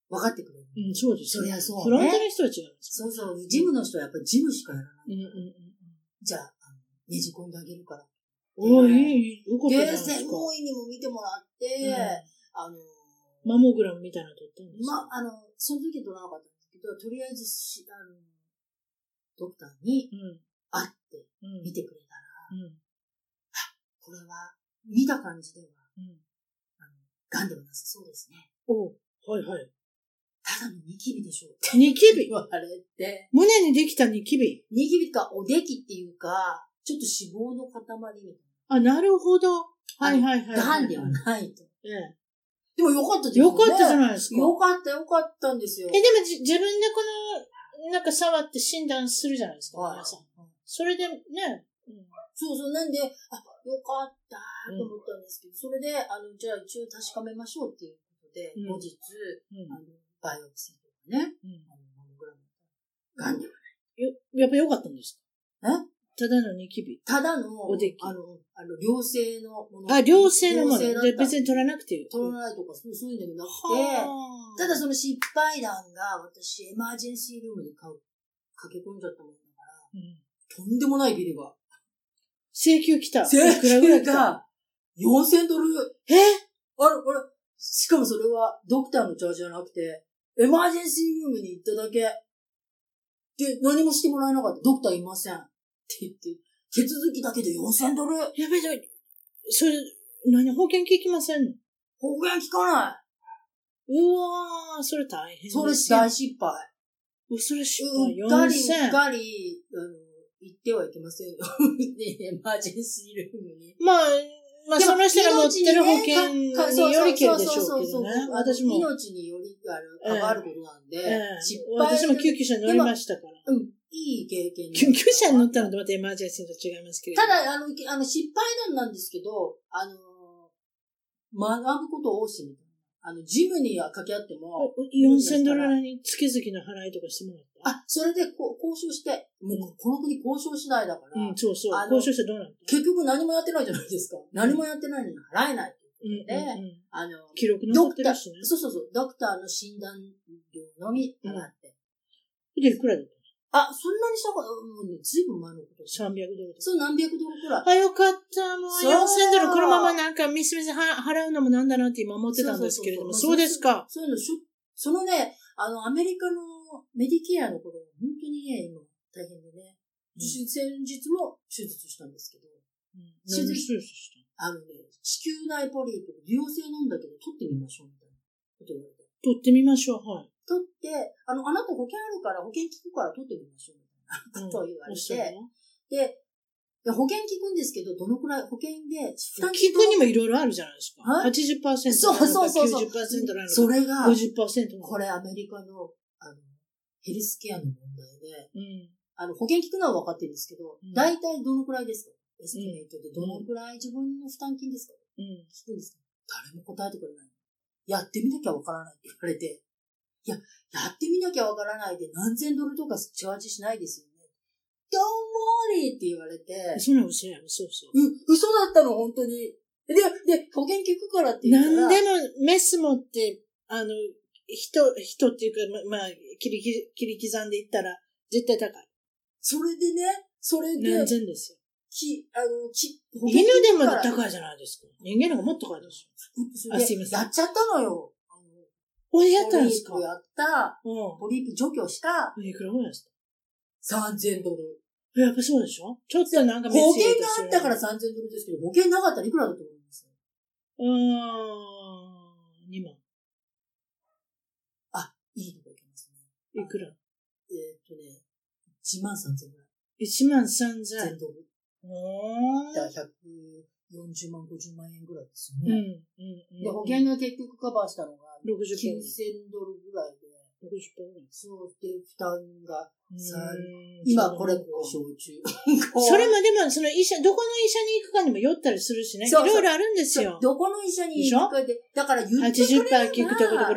Speaker 2: 分かってくれる。
Speaker 1: うん、そうですよ。
Speaker 2: そりゃそう
Speaker 1: フロン
Speaker 2: ね
Speaker 1: トの人は違うんです
Speaker 2: そうそう、ジムの人はやっぱりジムしかやらない。
Speaker 1: うんうん
Speaker 2: じゃあ、あのねじ込んであげるから。
Speaker 1: うん。おーいい、よかったじゃない
Speaker 2: で、
Speaker 1: ですか
Speaker 2: 専。門医にも見てもらって、あの、
Speaker 1: うんマモグラムみたいなの取ったんですか
Speaker 2: ま、あの、その時は取らなかったんですけど、とりあえずし、あの、ドクターに
Speaker 1: うん。
Speaker 2: 会って
Speaker 1: うん。
Speaker 2: 見てくれたら、
Speaker 1: うん。
Speaker 2: これは、見た感じでは、
Speaker 1: うん。
Speaker 2: あの、癌ではなさそうですね。
Speaker 1: おうはいはい。
Speaker 2: ただのニキビでしょう。
Speaker 1: ニキビ
Speaker 2: 言われて、
Speaker 1: 胸にできたニキビ。
Speaker 2: ニキビかおできっていうか、ちょっと脂肪の塊み
Speaker 1: あ、なるほど。はいはいはいい。
Speaker 2: たな。癌ではないと。
Speaker 1: ええ
Speaker 2: でもよかったです
Speaker 1: よかったじゃ
Speaker 2: い
Speaker 1: ないですか。
Speaker 2: よかった、よかったんですよ。
Speaker 1: え、でもじ自分でこの、なんか触って診断するじゃないですか、
Speaker 2: はい
Speaker 1: 皆さん。それで、ね。うん
Speaker 2: そうそう、なんで、あ、よかったと思ったんですけど、それで、あの、じゃあ一応確かめましょうっていうことで、
Speaker 1: うん
Speaker 2: 後日、
Speaker 1: うん
Speaker 2: あの、バイオプシーとかね、
Speaker 1: うん
Speaker 2: あの、マモグラムとか、癌では
Speaker 1: よやっぱ良かったんですかただのニキビ。
Speaker 2: ただの、
Speaker 1: おでき
Speaker 2: あの、あの、良性のもの。
Speaker 1: あ、良性のもの。で
Speaker 2: 良性だった、
Speaker 1: 別に取らなくていい。
Speaker 2: 取らないとか、そうそういうの
Speaker 1: は
Speaker 2: じゃなくて、
Speaker 1: あ
Speaker 2: ただその失敗談が、私、エマージェンシールームに駆け込んじゃったもんだから、
Speaker 1: うん
Speaker 2: とんでもないビルが。
Speaker 1: 請求来た。
Speaker 2: 請
Speaker 1: いくらぐらい
Speaker 2: 求
Speaker 1: 来た
Speaker 2: が、4000ドル。
Speaker 1: え
Speaker 2: あれ、これ、しかもそれは、ドクターのチャージじゃなくて、エマージェンシールームに行っただけ。で、何もしてもらえなかった。ドクターいません。って言って、手続きだけで4000ドル。
Speaker 1: やべえじゃあ、それ、何保険聞きませんの
Speaker 2: 保険効かな
Speaker 1: うわー、それ大変
Speaker 2: い。
Speaker 1: ですよ
Speaker 2: それ大失敗。
Speaker 1: うそれ失敗。
Speaker 2: うっかり、う
Speaker 1: 4000。
Speaker 2: っかり、あの、行ってはいけませんよ。 ね、エマージェンシールームに。
Speaker 1: まあ、まあ、
Speaker 2: でも
Speaker 1: その人が持ってる保険に
Speaker 2: かかそう
Speaker 1: よりけるでしょう
Speaker 2: そう
Speaker 1: け
Speaker 2: そ
Speaker 1: ど
Speaker 2: うそう
Speaker 1: ね
Speaker 2: そう。
Speaker 1: 私も、
Speaker 2: 命によりあの関わることなんで、
Speaker 1: ええ
Speaker 2: 失敗
Speaker 1: 私も救急車に乗りましたから。
Speaker 2: うん、いい経験で
Speaker 1: 救急車に乗ったのとまたエマージェンシーと違いますけれど
Speaker 2: た
Speaker 1: も。
Speaker 2: だ、あの、あの失敗談なんですけど、あの、学ぶこと多しみたいな。あの、ジムには掛け合っても、
Speaker 1: 4000ドルに月々の払いとかしてもらった
Speaker 2: あ、それでこう交渉して、もうこの国交渉次第だから、
Speaker 1: うん、そうそう
Speaker 2: あ。の
Speaker 1: 交渉してどうなった
Speaker 2: 結局何もやってないじゃないですか。 何もやってないのに払えない。
Speaker 1: うんうんうん
Speaker 2: あの、
Speaker 1: 記録
Speaker 2: ド
Speaker 1: 残っ
Speaker 2: ク
Speaker 1: て
Speaker 2: ター、
Speaker 1: るしね。
Speaker 2: そうそうそう、ドクターの診断料のみ払って。
Speaker 1: で、いくらだった
Speaker 2: あ、そんなにしたか、もうね、ずいぶん前のことです。
Speaker 1: 300ドルとか。
Speaker 2: そう、何百ドルくらい。
Speaker 1: あ、よかった。もう
Speaker 2: そう
Speaker 1: 4000ドル、このままなんか、ミスミスは払うのもなんだなって今思ってたんですけれども、そうですか。
Speaker 2: そういうのしょ、そのね、あの、アメリカのメディケアの頃、本当にね、今、大変でね、先日も手術したんですけど、
Speaker 1: 手術した
Speaker 2: あのね、子宮内ポリープ、利用性なんだけど、取ってみましょう、みたいなこと言われて。
Speaker 1: 取ってみましょう。はい。
Speaker 2: 取って、あの、あなた保険あるから、保険聞くから取ってみましょう、みたいなことを言われ、
Speaker 1: おってしゃるの
Speaker 2: で、いや保険聞くんですけど、どのくらい、保険で、負担
Speaker 1: 聞くにもいろいろあるじゃないですか。
Speaker 2: はい
Speaker 1: 80%なのか
Speaker 2: そうそうそうそう
Speaker 1: 90%なのか。
Speaker 2: それが、
Speaker 1: 50%なのか。
Speaker 2: これアメリカの、あの、ヘルスケアの問題で、
Speaker 1: うん。
Speaker 2: あの、保険聞くのは分かってるんですけど
Speaker 1: うん、
Speaker 2: 大体どのくらいですかエスティメイトでどのくらい自分の負担金ですか
Speaker 1: うん。
Speaker 2: 聞くんですか誰も答えてくれない。やってみなきゃ分からないって言われて、いや、やってみなきゃ分からないで何千ドルとかチャージしないですよね。Don't worry って言われて、
Speaker 1: そんなの嘘やん、そうそう。
Speaker 2: う、嘘だったの、本当に。で、で、保険聞くからって言ったら
Speaker 1: 何でもメス持って、あの、人、人っていうか、ま、まあ、切りき、切り刻んでいったら、絶対高い。
Speaker 2: それでね、それで
Speaker 1: 何、千ですよ。
Speaker 2: き、あの、き、保
Speaker 1: 犬でも
Speaker 2: だ
Speaker 1: 高いじゃないですか。人間の方がもっと高いですよ。あすいません
Speaker 2: やっちゃったのよ。あの
Speaker 1: おやったんですか
Speaker 2: ポリープやった、
Speaker 1: う
Speaker 2: ポリープ除去した、
Speaker 1: ん。いくらぐらいですか
Speaker 2: 3000ドル。
Speaker 1: やっぱそうでしょちょっとなんか
Speaker 2: 保
Speaker 1: 入
Speaker 2: 険
Speaker 1: れ
Speaker 2: が
Speaker 1: す
Speaker 2: あ
Speaker 1: る
Speaker 2: ったから3000ドルですけど、保険なかったらいくらだと思います
Speaker 1: うーん。2万。
Speaker 2: いいとこ行きますね。
Speaker 1: いくら
Speaker 2: えーっとね、1万3000ぐらい。
Speaker 1: ?1 万3000。
Speaker 2: 全ドル。
Speaker 1: お
Speaker 2: だから
Speaker 1: ー
Speaker 2: 140万、50万円ぐらいです
Speaker 1: うん。う
Speaker 2: よ
Speaker 1: ん。
Speaker 2: ね。で、保険の結局カバーしたのが、
Speaker 1: 60%。
Speaker 2: 9000ドルぐらいで、
Speaker 1: 60%。
Speaker 2: そうで負担が、さ
Speaker 1: うん
Speaker 2: 今これ、交渉中。
Speaker 1: それもでも、その医者、どこの医者に行くかにもよったりするしね。い
Speaker 2: そうそう
Speaker 1: ろいろあるんですよ。
Speaker 2: どこの医者に行くかで、だから言ってくれ
Speaker 1: 80%
Speaker 2: れば、
Speaker 1: 聞くとことか、60%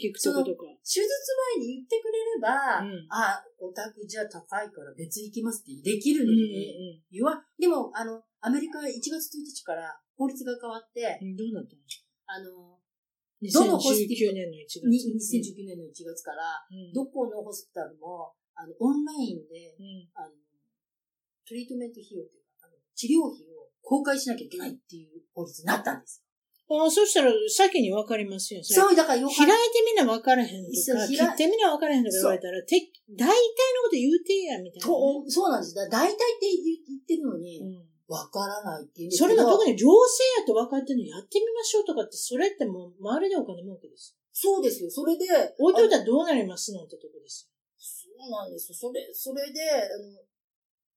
Speaker 1: 聞くとことか。
Speaker 2: 手術前に言ってくれれば、
Speaker 1: うん
Speaker 2: あ、お宅じゃ高いから別行きますってできる
Speaker 1: うん
Speaker 2: の
Speaker 1: うん
Speaker 2: に、言わ、でも、あの、アメリカ1月1日から法律が変わって、
Speaker 1: うん。どうなった
Speaker 2: あの、ど
Speaker 1: の
Speaker 2: のホスピ
Speaker 1: ?2019 年の1月。
Speaker 2: に2019年の1月から、
Speaker 1: うん
Speaker 2: どこのホスピタルも、あの、オンラインで、
Speaker 1: うん
Speaker 2: あの、トリートメント費用というか、あの治療費を公開しなきゃいけないっていう法律になったんです
Speaker 1: ああ、そしたら先に分かりますよ。それ
Speaker 2: よ。そう、だからよ
Speaker 1: 開いてみな分からへんと
Speaker 2: そう
Speaker 1: か、
Speaker 2: 開い
Speaker 1: 切ってみな分からへんとか言われたら、て大体のこと言うてや、みたいなね。
Speaker 2: とそうなんです。だ大体って言言ってるのに、
Speaker 1: うん
Speaker 2: わからないっていうんです
Speaker 1: そ
Speaker 2: け
Speaker 1: れ
Speaker 2: ど
Speaker 1: も特に行政やと分かってんのやってみましょうとかって、それってもう、周りでお金儲けです。
Speaker 2: そうですよ。それで、
Speaker 1: 置いといたらどうなりますのってとこです
Speaker 2: そうなんですよ。それ、それで、あ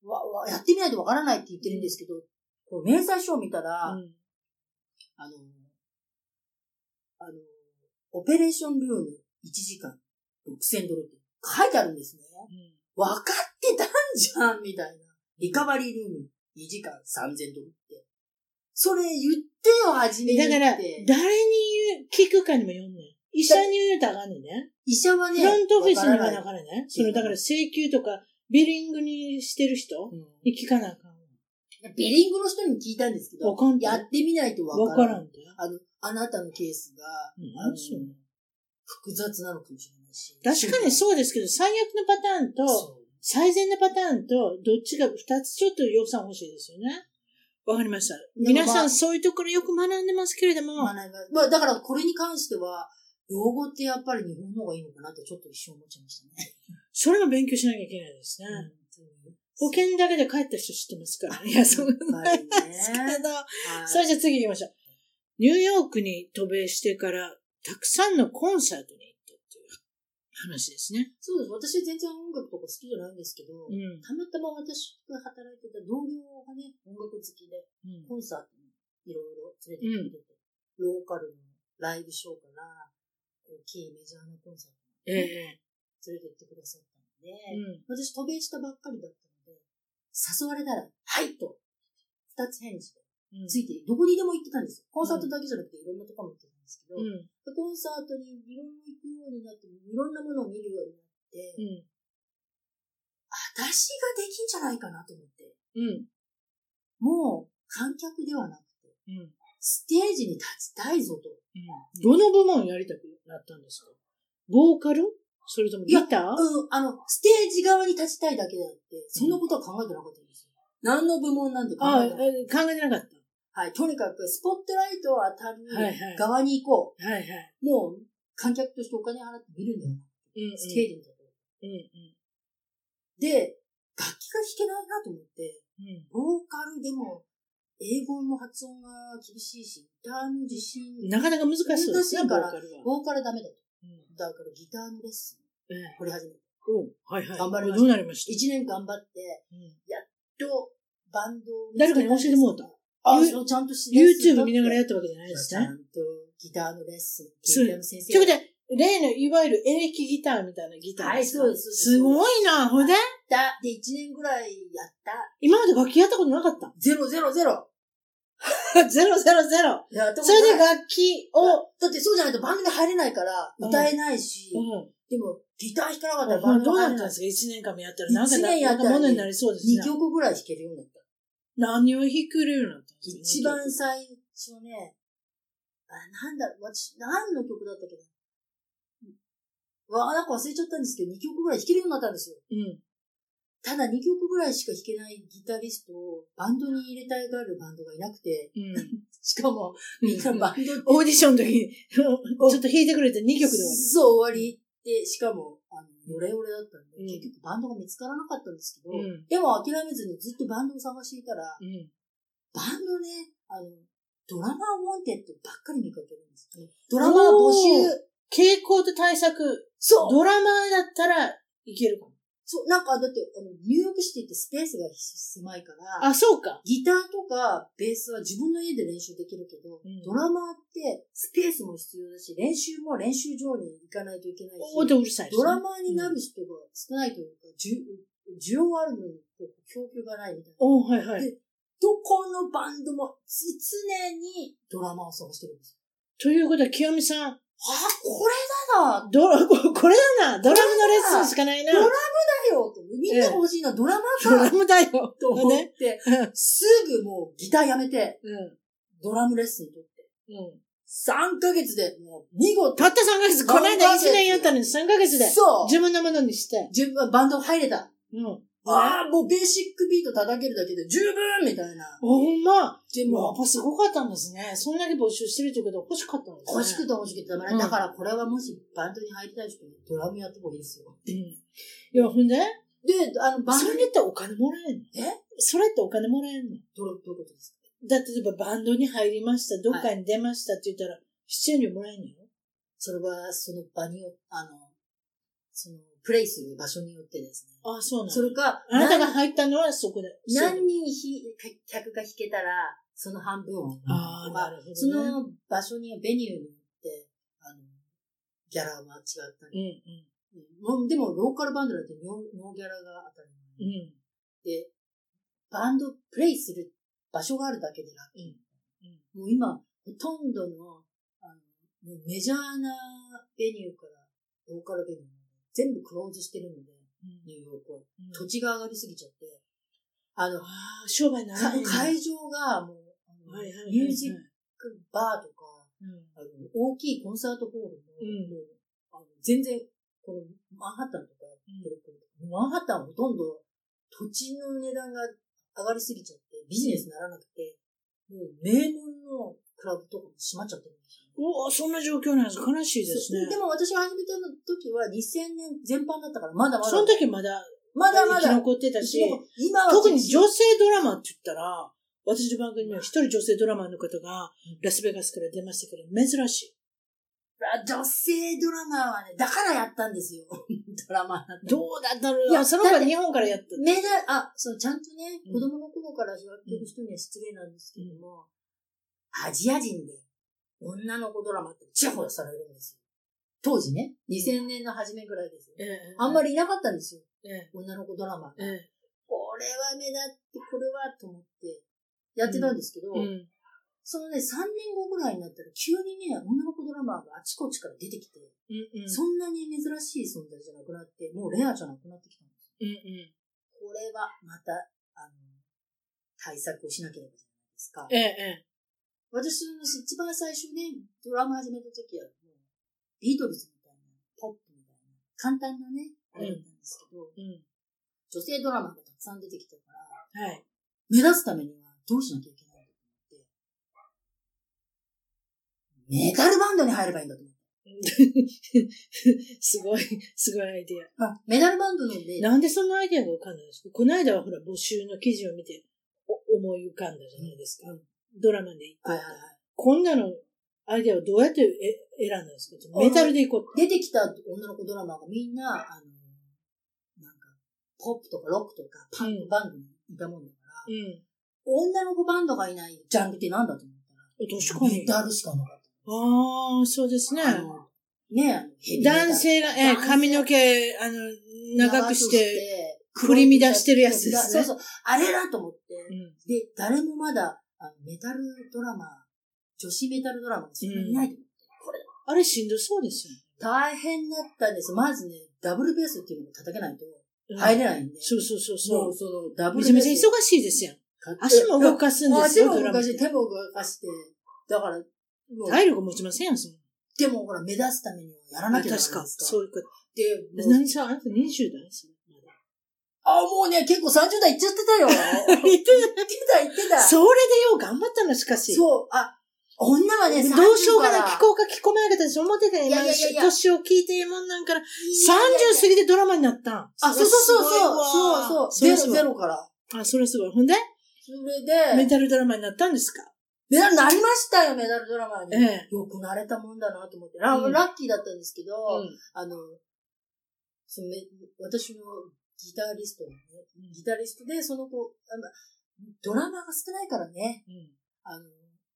Speaker 2: の、わ、わ、やってみないとわからないって言ってるんですけど、この明細書を見たら、
Speaker 1: よ。うん
Speaker 2: あの、あの、オペレーションルーム1時間6000ドルって書いてあるんですね。わかってたんじゃんみたいな。リカバリールーム2時間3000ドルって。それ言ってよ、初めに
Speaker 1: だ
Speaker 2: っ
Speaker 1: か
Speaker 2: て。
Speaker 1: ら、誰に言う、聞くかにもよんねん。医者に言うたらあかんねんね。
Speaker 2: 医者はね、
Speaker 1: フロントオフィスに
Speaker 2: わ
Speaker 1: は
Speaker 2: か
Speaker 1: な
Speaker 2: らない
Speaker 1: あかんねんね。その、だから請求とか、ビリングにしてる人
Speaker 2: うん
Speaker 1: に聞かなあかん。
Speaker 2: ビリングの人にも聞いたんですけど、
Speaker 1: わかんて
Speaker 2: やってみないとわ
Speaker 1: 分
Speaker 2: か
Speaker 1: からら
Speaker 2: ない。
Speaker 1: んて。
Speaker 2: あの、あなたのケースが、あの
Speaker 1: そう
Speaker 2: 複雑なのかもしれないし。
Speaker 1: 確かにそうですけど、最悪のパターンと、
Speaker 2: そう
Speaker 1: 最善のパターンと、どっちが二つちょっと予算欲しいですよね。わかりました。
Speaker 2: でもまあ
Speaker 1: 皆さんそういうところよく学んでますけれども、
Speaker 2: 学びがまあ、だからこれに関しては、用語ってやっぱり日本の方がいいのかなってちょっと一瞬思っちゃいましたね。
Speaker 1: それも勉強しなきゃいけないですね。保険だけで帰った人知ってますからね。いや、そう
Speaker 2: 本当にやっぱり
Speaker 1: ですけ
Speaker 2: ね。
Speaker 1: ど。
Speaker 2: はい
Speaker 1: それじゃあ次行きましょう。ニューヨークに渡米してから、たくさんのコンサートに行ったっていう話ですね。
Speaker 2: そうです。私全然音楽とか好きじゃないんですけど、
Speaker 1: うん。
Speaker 2: たまたま私が働いてた同僚がね、音楽好きで、
Speaker 1: うん
Speaker 2: コンサートにいろいろ連れてってくれて、ローカルのライブショーから、大きいメジャーなコンサート
Speaker 1: ええ。
Speaker 2: に連れてってくださったので、
Speaker 1: うん
Speaker 2: 私渡米したばっかりだったので、誘われたら、はいと、二つ返事で、
Speaker 1: うん
Speaker 2: ついて、どこにでも行ってたんですよ。コンサートだけじゃなくていろんなとこも行ってたんですけど、
Speaker 1: うん。
Speaker 2: でコンサートにいろいろ行くようになって、いろんなものを見るようになって、
Speaker 1: うん。
Speaker 2: 私ができんじゃないかなと思って、
Speaker 1: うん。
Speaker 2: もう観客ではなくて、
Speaker 1: うん。
Speaker 2: ステージに立ちたいぞと。
Speaker 1: どの部門やりたくなったんですかボーカルそれとも
Speaker 2: いや
Speaker 1: ギター
Speaker 2: うん、あの、ステージ側に立ちたいだけであって、そんなことは考えてなかったんですよ。何の部門なんて考
Speaker 1: ああ、
Speaker 2: えてない。
Speaker 1: え考えてなかっ
Speaker 2: はい、とにかくスポットライトを当たる
Speaker 1: はいはい
Speaker 2: 側に行こ
Speaker 1: た。はいはい。
Speaker 2: う。もう、観客としてお金払って見るんだよ。
Speaker 1: うん
Speaker 2: ステージのところ。
Speaker 1: うん
Speaker 2: で、楽器が弾けないなと思って、
Speaker 1: うんうん
Speaker 2: ボーカルでも、英語の発音が厳しいし、ギターの自信、
Speaker 1: なかなか難しそうですね。
Speaker 2: 難しいか
Speaker 1: ボー
Speaker 2: ら
Speaker 1: カルは
Speaker 2: ボーカルダメだと。
Speaker 1: うん
Speaker 2: だからギターのレッス
Speaker 1: え
Speaker 2: ン、
Speaker 1: え
Speaker 2: これ始めた。
Speaker 1: うんはいはい。
Speaker 2: 頑張りました
Speaker 1: どうなりまし
Speaker 2: 一年頑張って、
Speaker 1: たうん
Speaker 2: と、バンドを
Speaker 1: 誰かに教えてもらった。
Speaker 2: あ、
Speaker 1: ゆ
Speaker 2: それちゃんとし
Speaker 1: YouTube 見ながらやったわけじゃないです
Speaker 2: ちゃ
Speaker 1: ね。
Speaker 2: んとギターのレッスン、
Speaker 1: そう
Speaker 2: ギターの先
Speaker 1: ということ
Speaker 2: 生。
Speaker 1: で、例のいわゆるエレキギターみたいなギターか
Speaker 2: はいそうです
Speaker 1: すごいな。ほんで、
Speaker 2: だで、1年ぐらいやった。
Speaker 1: 今まで楽器やったことなかった。
Speaker 2: ゼロゼロゼロ。
Speaker 1: ゼロゼロゼロ。
Speaker 2: いやでも
Speaker 1: それで楽器を、
Speaker 2: だってそうじゃないとバンドに入れないから、
Speaker 1: うん
Speaker 2: 歌えないし、
Speaker 1: うん。
Speaker 2: でも、ギター弾かなかったらバ
Speaker 1: まあ
Speaker 2: ンド
Speaker 1: ど
Speaker 2: に
Speaker 1: うな
Speaker 2: 入れ
Speaker 1: ったん
Speaker 2: ない
Speaker 1: で。すか一年間もやったら。なんか、
Speaker 2: 一年や
Speaker 1: な
Speaker 2: った
Speaker 1: ん
Speaker 2: ら
Speaker 1: かものになりそうです
Speaker 2: 2
Speaker 1: ね。
Speaker 2: 曲ぐらい弾けるようになった。
Speaker 1: 何を弾くようになったんですか
Speaker 2: 一番最初ね、あ、なんだろう、私、何の曲だったっけな。わあ、なんか忘れちゃったんですけど、2曲ぐらい弾けるようになったんですよ。
Speaker 1: うん。
Speaker 2: ただ2曲ぐらいしか弾けないギタリストをバンドに入れたいがあるバンドがいなくて、
Speaker 1: うん。
Speaker 2: しかもみんなバンドで
Speaker 1: オーディションの時に、ちょっと弾いてくれて2曲で終わり。
Speaker 2: そう終わりって、しかも、あの、オレオレだったんで、
Speaker 1: うん
Speaker 2: 結局バンドが見つからなかったんですけど、
Speaker 1: うん
Speaker 2: でも諦めずにずっとバンドを探していたら、
Speaker 1: うん。
Speaker 2: バンドね、あの、ドラマーウォンテッドばっかり見かけるんです。あのドラマー
Speaker 1: お
Speaker 2: 募
Speaker 1: ー
Speaker 2: 集。
Speaker 1: 傾向と対策。
Speaker 2: そう
Speaker 1: ドラマーだったらいけるかも。
Speaker 2: そう、なんかだって、あの、ニューヨークシティってスペースが狭いから、
Speaker 1: あ、そうか。
Speaker 2: ギターとかベースは自分の家で練習できるけど、
Speaker 1: うん
Speaker 2: ドラマーってスペースも必要だし、練習も練習場に行かないといけない
Speaker 1: おーって
Speaker 2: し、
Speaker 1: うるさいですね
Speaker 2: ドラマーになる人が少ないというか、需需要はあるのに、こう供給がないみたいな。
Speaker 1: おーはいはい。
Speaker 2: どこのバンドも常にドラマーを探してるんですよ。
Speaker 1: ということは、清美さん、
Speaker 2: あ、これだな
Speaker 1: ドラ、ここれだな、ドラムのレッスンしかないな。
Speaker 2: ドラムだよとみんなが欲しいのは ドラマ
Speaker 1: ドラ
Speaker 2: か
Speaker 1: ムだよ。
Speaker 2: と思っ
Speaker 1: ね。
Speaker 2: て、
Speaker 1: うん
Speaker 2: すぐもうギターやめて、
Speaker 1: う
Speaker 2: ドラムレッスン取って。
Speaker 1: ん。うん。
Speaker 2: 3ヶ月で、もう、見事
Speaker 1: たった3ヶ月、この間1年やったのに3ヶ月で、
Speaker 2: そう
Speaker 1: 自分のものにして。
Speaker 2: 自分はバンド入れた。
Speaker 1: うん。
Speaker 2: ああ、もうベーシックビート叩けるだけで十分みたいな。
Speaker 1: ほんま。
Speaker 2: で
Speaker 1: もうや
Speaker 2: も
Speaker 1: っ、ぱすごかったんですね。そんだけ募集してるってことは欲しかったんですね。
Speaker 2: 欲しくて欲しくてたまらな
Speaker 1: うん
Speaker 2: い。だからこれはもしバンドに入りたい人はドラムやった方がいいですよ。
Speaker 1: うん。いや、ほんで
Speaker 2: で、あの、バン
Speaker 1: そ
Speaker 2: ド
Speaker 1: れ
Speaker 2: に、
Speaker 1: ってお金もらえんの
Speaker 2: え
Speaker 1: それってお金もらえんの
Speaker 2: どうどういうことですか
Speaker 1: だって例えばバンドに入りました、どっかに出ましたって言ったら、出演料もらえんのよ。
Speaker 2: それは、その場によ、あの、その、プレイする場所によってですね。
Speaker 1: ああ、そうな
Speaker 2: そ
Speaker 1: の
Speaker 2: れか、
Speaker 1: あなたが
Speaker 2: 何
Speaker 1: 入ったのはそこで。
Speaker 2: 何人ひ客が弾けたら、その半分を。
Speaker 1: ああ、
Speaker 2: と
Speaker 1: な
Speaker 2: か
Speaker 1: るほど、ね。
Speaker 2: その場所に、ベニューによって、あの、ギャラは違った
Speaker 1: う
Speaker 2: り。
Speaker 1: ん
Speaker 2: うんでも、ローカルバンドだってノーノーギャラが当たり
Speaker 1: うん。
Speaker 2: 前で、バンドプレイする場所があるだけで楽。もう今、ほとんどの、あの、もうメジャーなベニューから、ローカルベニューまで、全部クローズしてるので、
Speaker 1: うん。
Speaker 2: ニューヨークは。
Speaker 1: うん
Speaker 2: 土地が上がりすぎちゃって、あの、
Speaker 1: ああ、商売になら
Speaker 2: か
Speaker 1: ない。
Speaker 2: 会場がもう、あの
Speaker 1: はいはいはいはい
Speaker 2: ミュージックバーとか、
Speaker 1: うん
Speaker 2: あの、大きいコンサートホールも、
Speaker 1: うん
Speaker 2: もうあの全然、このマンハッタンとか、ブルックリンとかマンハッタンはほとんど土地の値段が上がりすぎちゃって、ビジネスにならなくて、もう名門のクラブとかも閉まっちゃってるんですよ。
Speaker 1: おお、そんな状況なんです。悲しいですね。
Speaker 2: でも私が始めた時は2000年全般だったから、まだまだ。
Speaker 1: その時まだ、
Speaker 2: まだ
Speaker 1: 生
Speaker 2: ま
Speaker 1: き
Speaker 2: だ。
Speaker 1: 残ってたし、
Speaker 2: 今は
Speaker 1: 特に女性ドラマって言ったら、私の番組には一人女性ドラマの方が、ラスベガスから出ましたけど、珍しい。
Speaker 2: 女性ドラマーはね、だからやったんですよ。 ドラマーだって
Speaker 1: どうだったろう
Speaker 2: いや
Speaker 1: その子
Speaker 2: だ
Speaker 1: は
Speaker 2: って
Speaker 1: 日本からやった。
Speaker 2: メダル、あ、そう、ちゃんとね、
Speaker 1: うん
Speaker 2: 子供の頃から育ってる人には失礼なんですけども、アジア人で女の子ドラマってちらほらされるんですよ。当時ね、2000年の初めぐらいですよ。
Speaker 1: ええ
Speaker 2: あんまりいなかったんですよ、
Speaker 1: ええ
Speaker 2: 女の子ドラマ。こ
Speaker 1: え
Speaker 2: れは
Speaker 1: え
Speaker 2: 目立って、これはと思ってやってたんですけど、
Speaker 1: うん
Speaker 2: そのね、3年後ぐらいになったら急にね、女の子ドラマーがあちこちから出てきて、
Speaker 1: うんうん
Speaker 2: そんなに珍しい存在じゃなくなって、もうレアじゃなくなってきたんです
Speaker 1: うんうん
Speaker 2: よ。これはまた、あの、対策をしなければいけないですか。
Speaker 1: えええ
Speaker 2: 私の一番最初ね、ドラマ始めた時は、もうビートルズみたいな、ポップみたいな、簡単なね、あれだったんですけど、女性ドラマがたくさん出てきたから、
Speaker 1: はい。
Speaker 2: 目立つためにはどうしなきゃいけないんだと思って、メタルバンドに入ればいいんだと思って。
Speaker 1: すごい、すごいアイディ
Speaker 2: あメタルバンドので、
Speaker 1: ア。なんでそのアイディアが浮かんだんですかこの間はほら、募集の記事を見て、お思い浮かんだじゃないですか。ドラマで行こう
Speaker 2: はい
Speaker 1: と
Speaker 2: はいはい
Speaker 1: こんなの、アイディアをどうやってえ選んだんですかメタルで行こう
Speaker 2: 出てきた女の子ドラマがみんな、あの、なんか、ポップとかロックとかパンクバンドにいたもんだから、
Speaker 1: と。うん。
Speaker 2: 女の子バンドがいないジャンルってなんだと思ったら、
Speaker 1: 確かに
Speaker 2: メ。タルしかなかっ
Speaker 1: ああ、そうですね。
Speaker 2: た。あのねあのヘビーメタル
Speaker 1: 男性が、えー
Speaker 2: 男性
Speaker 1: 髪の毛、あの、長くして、、
Speaker 2: 黒い
Speaker 1: 振り乱してるやつですね
Speaker 2: そうそう。あれだと思って。
Speaker 1: うん
Speaker 2: で、誰もまだ、あのメタルドラマ、女子メタルドラマがそんなにないと思って。
Speaker 1: あれしんどそうですよ
Speaker 2: 大変だったんです。まずね、ダブルベースっていうのを叩けないと
Speaker 1: うん。
Speaker 2: 入れないんで。
Speaker 1: そうそうそう
Speaker 2: も
Speaker 1: そうう。
Speaker 2: そのダブ
Speaker 1: め
Speaker 2: ル
Speaker 1: ちゃめちゃ
Speaker 2: ベース
Speaker 1: 忙しいですやん。足も動かすんですよ、
Speaker 2: 足も
Speaker 1: ドラ
Speaker 2: 動
Speaker 1: マ
Speaker 2: か
Speaker 1: っ
Speaker 2: して、
Speaker 1: て。
Speaker 2: 手も動かして。だから、もう
Speaker 1: 体力持ちませんよ、その。
Speaker 2: でもほら、目立つためにはやらなきゃいけないじ
Speaker 1: 確
Speaker 2: ゃない
Speaker 1: か。
Speaker 2: ですか。
Speaker 1: そういうこと。
Speaker 2: で、もう
Speaker 1: 何さ、あなた20代それまだ
Speaker 2: あ、もうね、結構30代いっちゃってたよ。い ってた、いって た。
Speaker 1: それでよう頑張ったの、しかし。
Speaker 2: そう、あ、女はね、
Speaker 1: ど
Speaker 2: 30
Speaker 1: うしようかな、
Speaker 2: から
Speaker 1: 聞こうか聞こまなかったし、思ってたよ。
Speaker 2: い
Speaker 1: 今
Speaker 2: やいやいやいや
Speaker 1: 年を聞いてええもんなんから。
Speaker 2: いやいやい
Speaker 1: 30過ぎてドラマになったん。
Speaker 2: やあ、そうそうそうそう、そう
Speaker 1: それす
Speaker 2: そう、
Speaker 1: ごい
Speaker 2: ゼ
Speaker 1: わ
Speaker 2: ロ、ゼロから。
Speaker 1: あ、それすごい。ほんで、
Speaker 2: それ
Speaker 1: メ
Speaker 2: で、
Speaker 1: タルドラマになったんですか
Speaker 2: メダルなりましたよ、メダルドラマに。
Speaker 1: ええ。
Speaker 2: よくなれたもんだなと思って。ラ
Speaker 1: うん
Speaker 2: ラッキーだったんですけど、
Speaker 1: うん
Speaker 2: あの、そのめ私のギタリストのね、ギタリストで、その子、あのドラマが少ないからね、あの、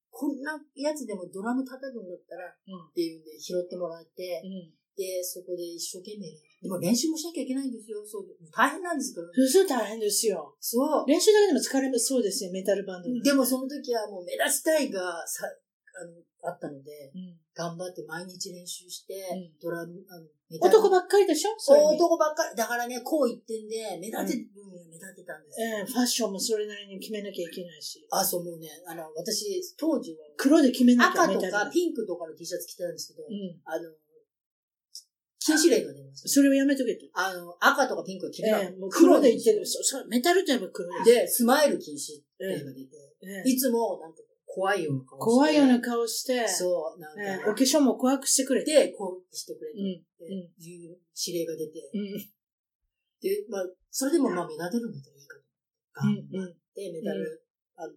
Speaker 2: こんなやつでもドラム叩くんだったら、
Speaker 1: うん
Speaker 2: っていうんで拾ってもらって、で、そこで一生懸命、でも練習もしなきゃいけないんですよ、そう。大変なんですから、
Speaker 1: そうすると大変ですよ。
Speaker 2: そう。
Speaker 1: 練習だけでも疲れそうですよ、メタルバンドの
Speaker 2: でもその時はもう目立ちたいが、さ、あの、あったので、
Speaker 1: うん
Speaker 2: 頑張って毎日練習して、
Speaker 1: うん
Speaker 2: ドラム、あの、メタル
Speaker 1: 男ばっかりでしょそれ
Speaker 2: そう
Speaker 1: に
Speaker 2: 男ばっかり。だからね、こう言ってんで、目立てる分には目立ってたんですよ。
Speaker 1: ええファッションもそれなりに決めなきゃいけないし。
Speaker 2: あ、そう、もうね、あの、私、当時は、
Speaker 1: 黒で決めなきゃメ
Speaker 2: 赤と
Speaker 1: タル
Speaker 2: かピンクとかの T シャツ着てたんですけ
Speaker 1: う
Speaker 2: ど、
Speaker 1: ん。
Speaker 2: あの、禁止令が出ました。
Speaker 1: それをやめとけと。
Speaker 2: あの、赤とかピンクは着れなかった
Speaker 1: ええもう黒で言ってる。そうそう、メタルといえば黒です。
Speaker 2: で、スマイル禁止令が出て、
Speaker 1: ええ
Speaker 2: いつも、なんか、怖いような顔して。
Speaker 1: 怖いような顔して、
Speaker 2: そう、なんか、
Speaker 1: ええお化粧も怖くしてくれて。
Speaker 2: で、こうしてくれ
Speaker 1: う
Speaker 2: っ
Speaker 1: ん。
Speaker 2: て
Speaker 1: ん
Speaker 2: いう指令が出て、
Speaker 1: うん。
Speaker 2: で、まあ、それでもまあ、目立てるんだったらいいかと。
Speaker 1: う
Speaker 2: 頑張
Speaker 1: ん。
Speaker 2: って、メダル、あの、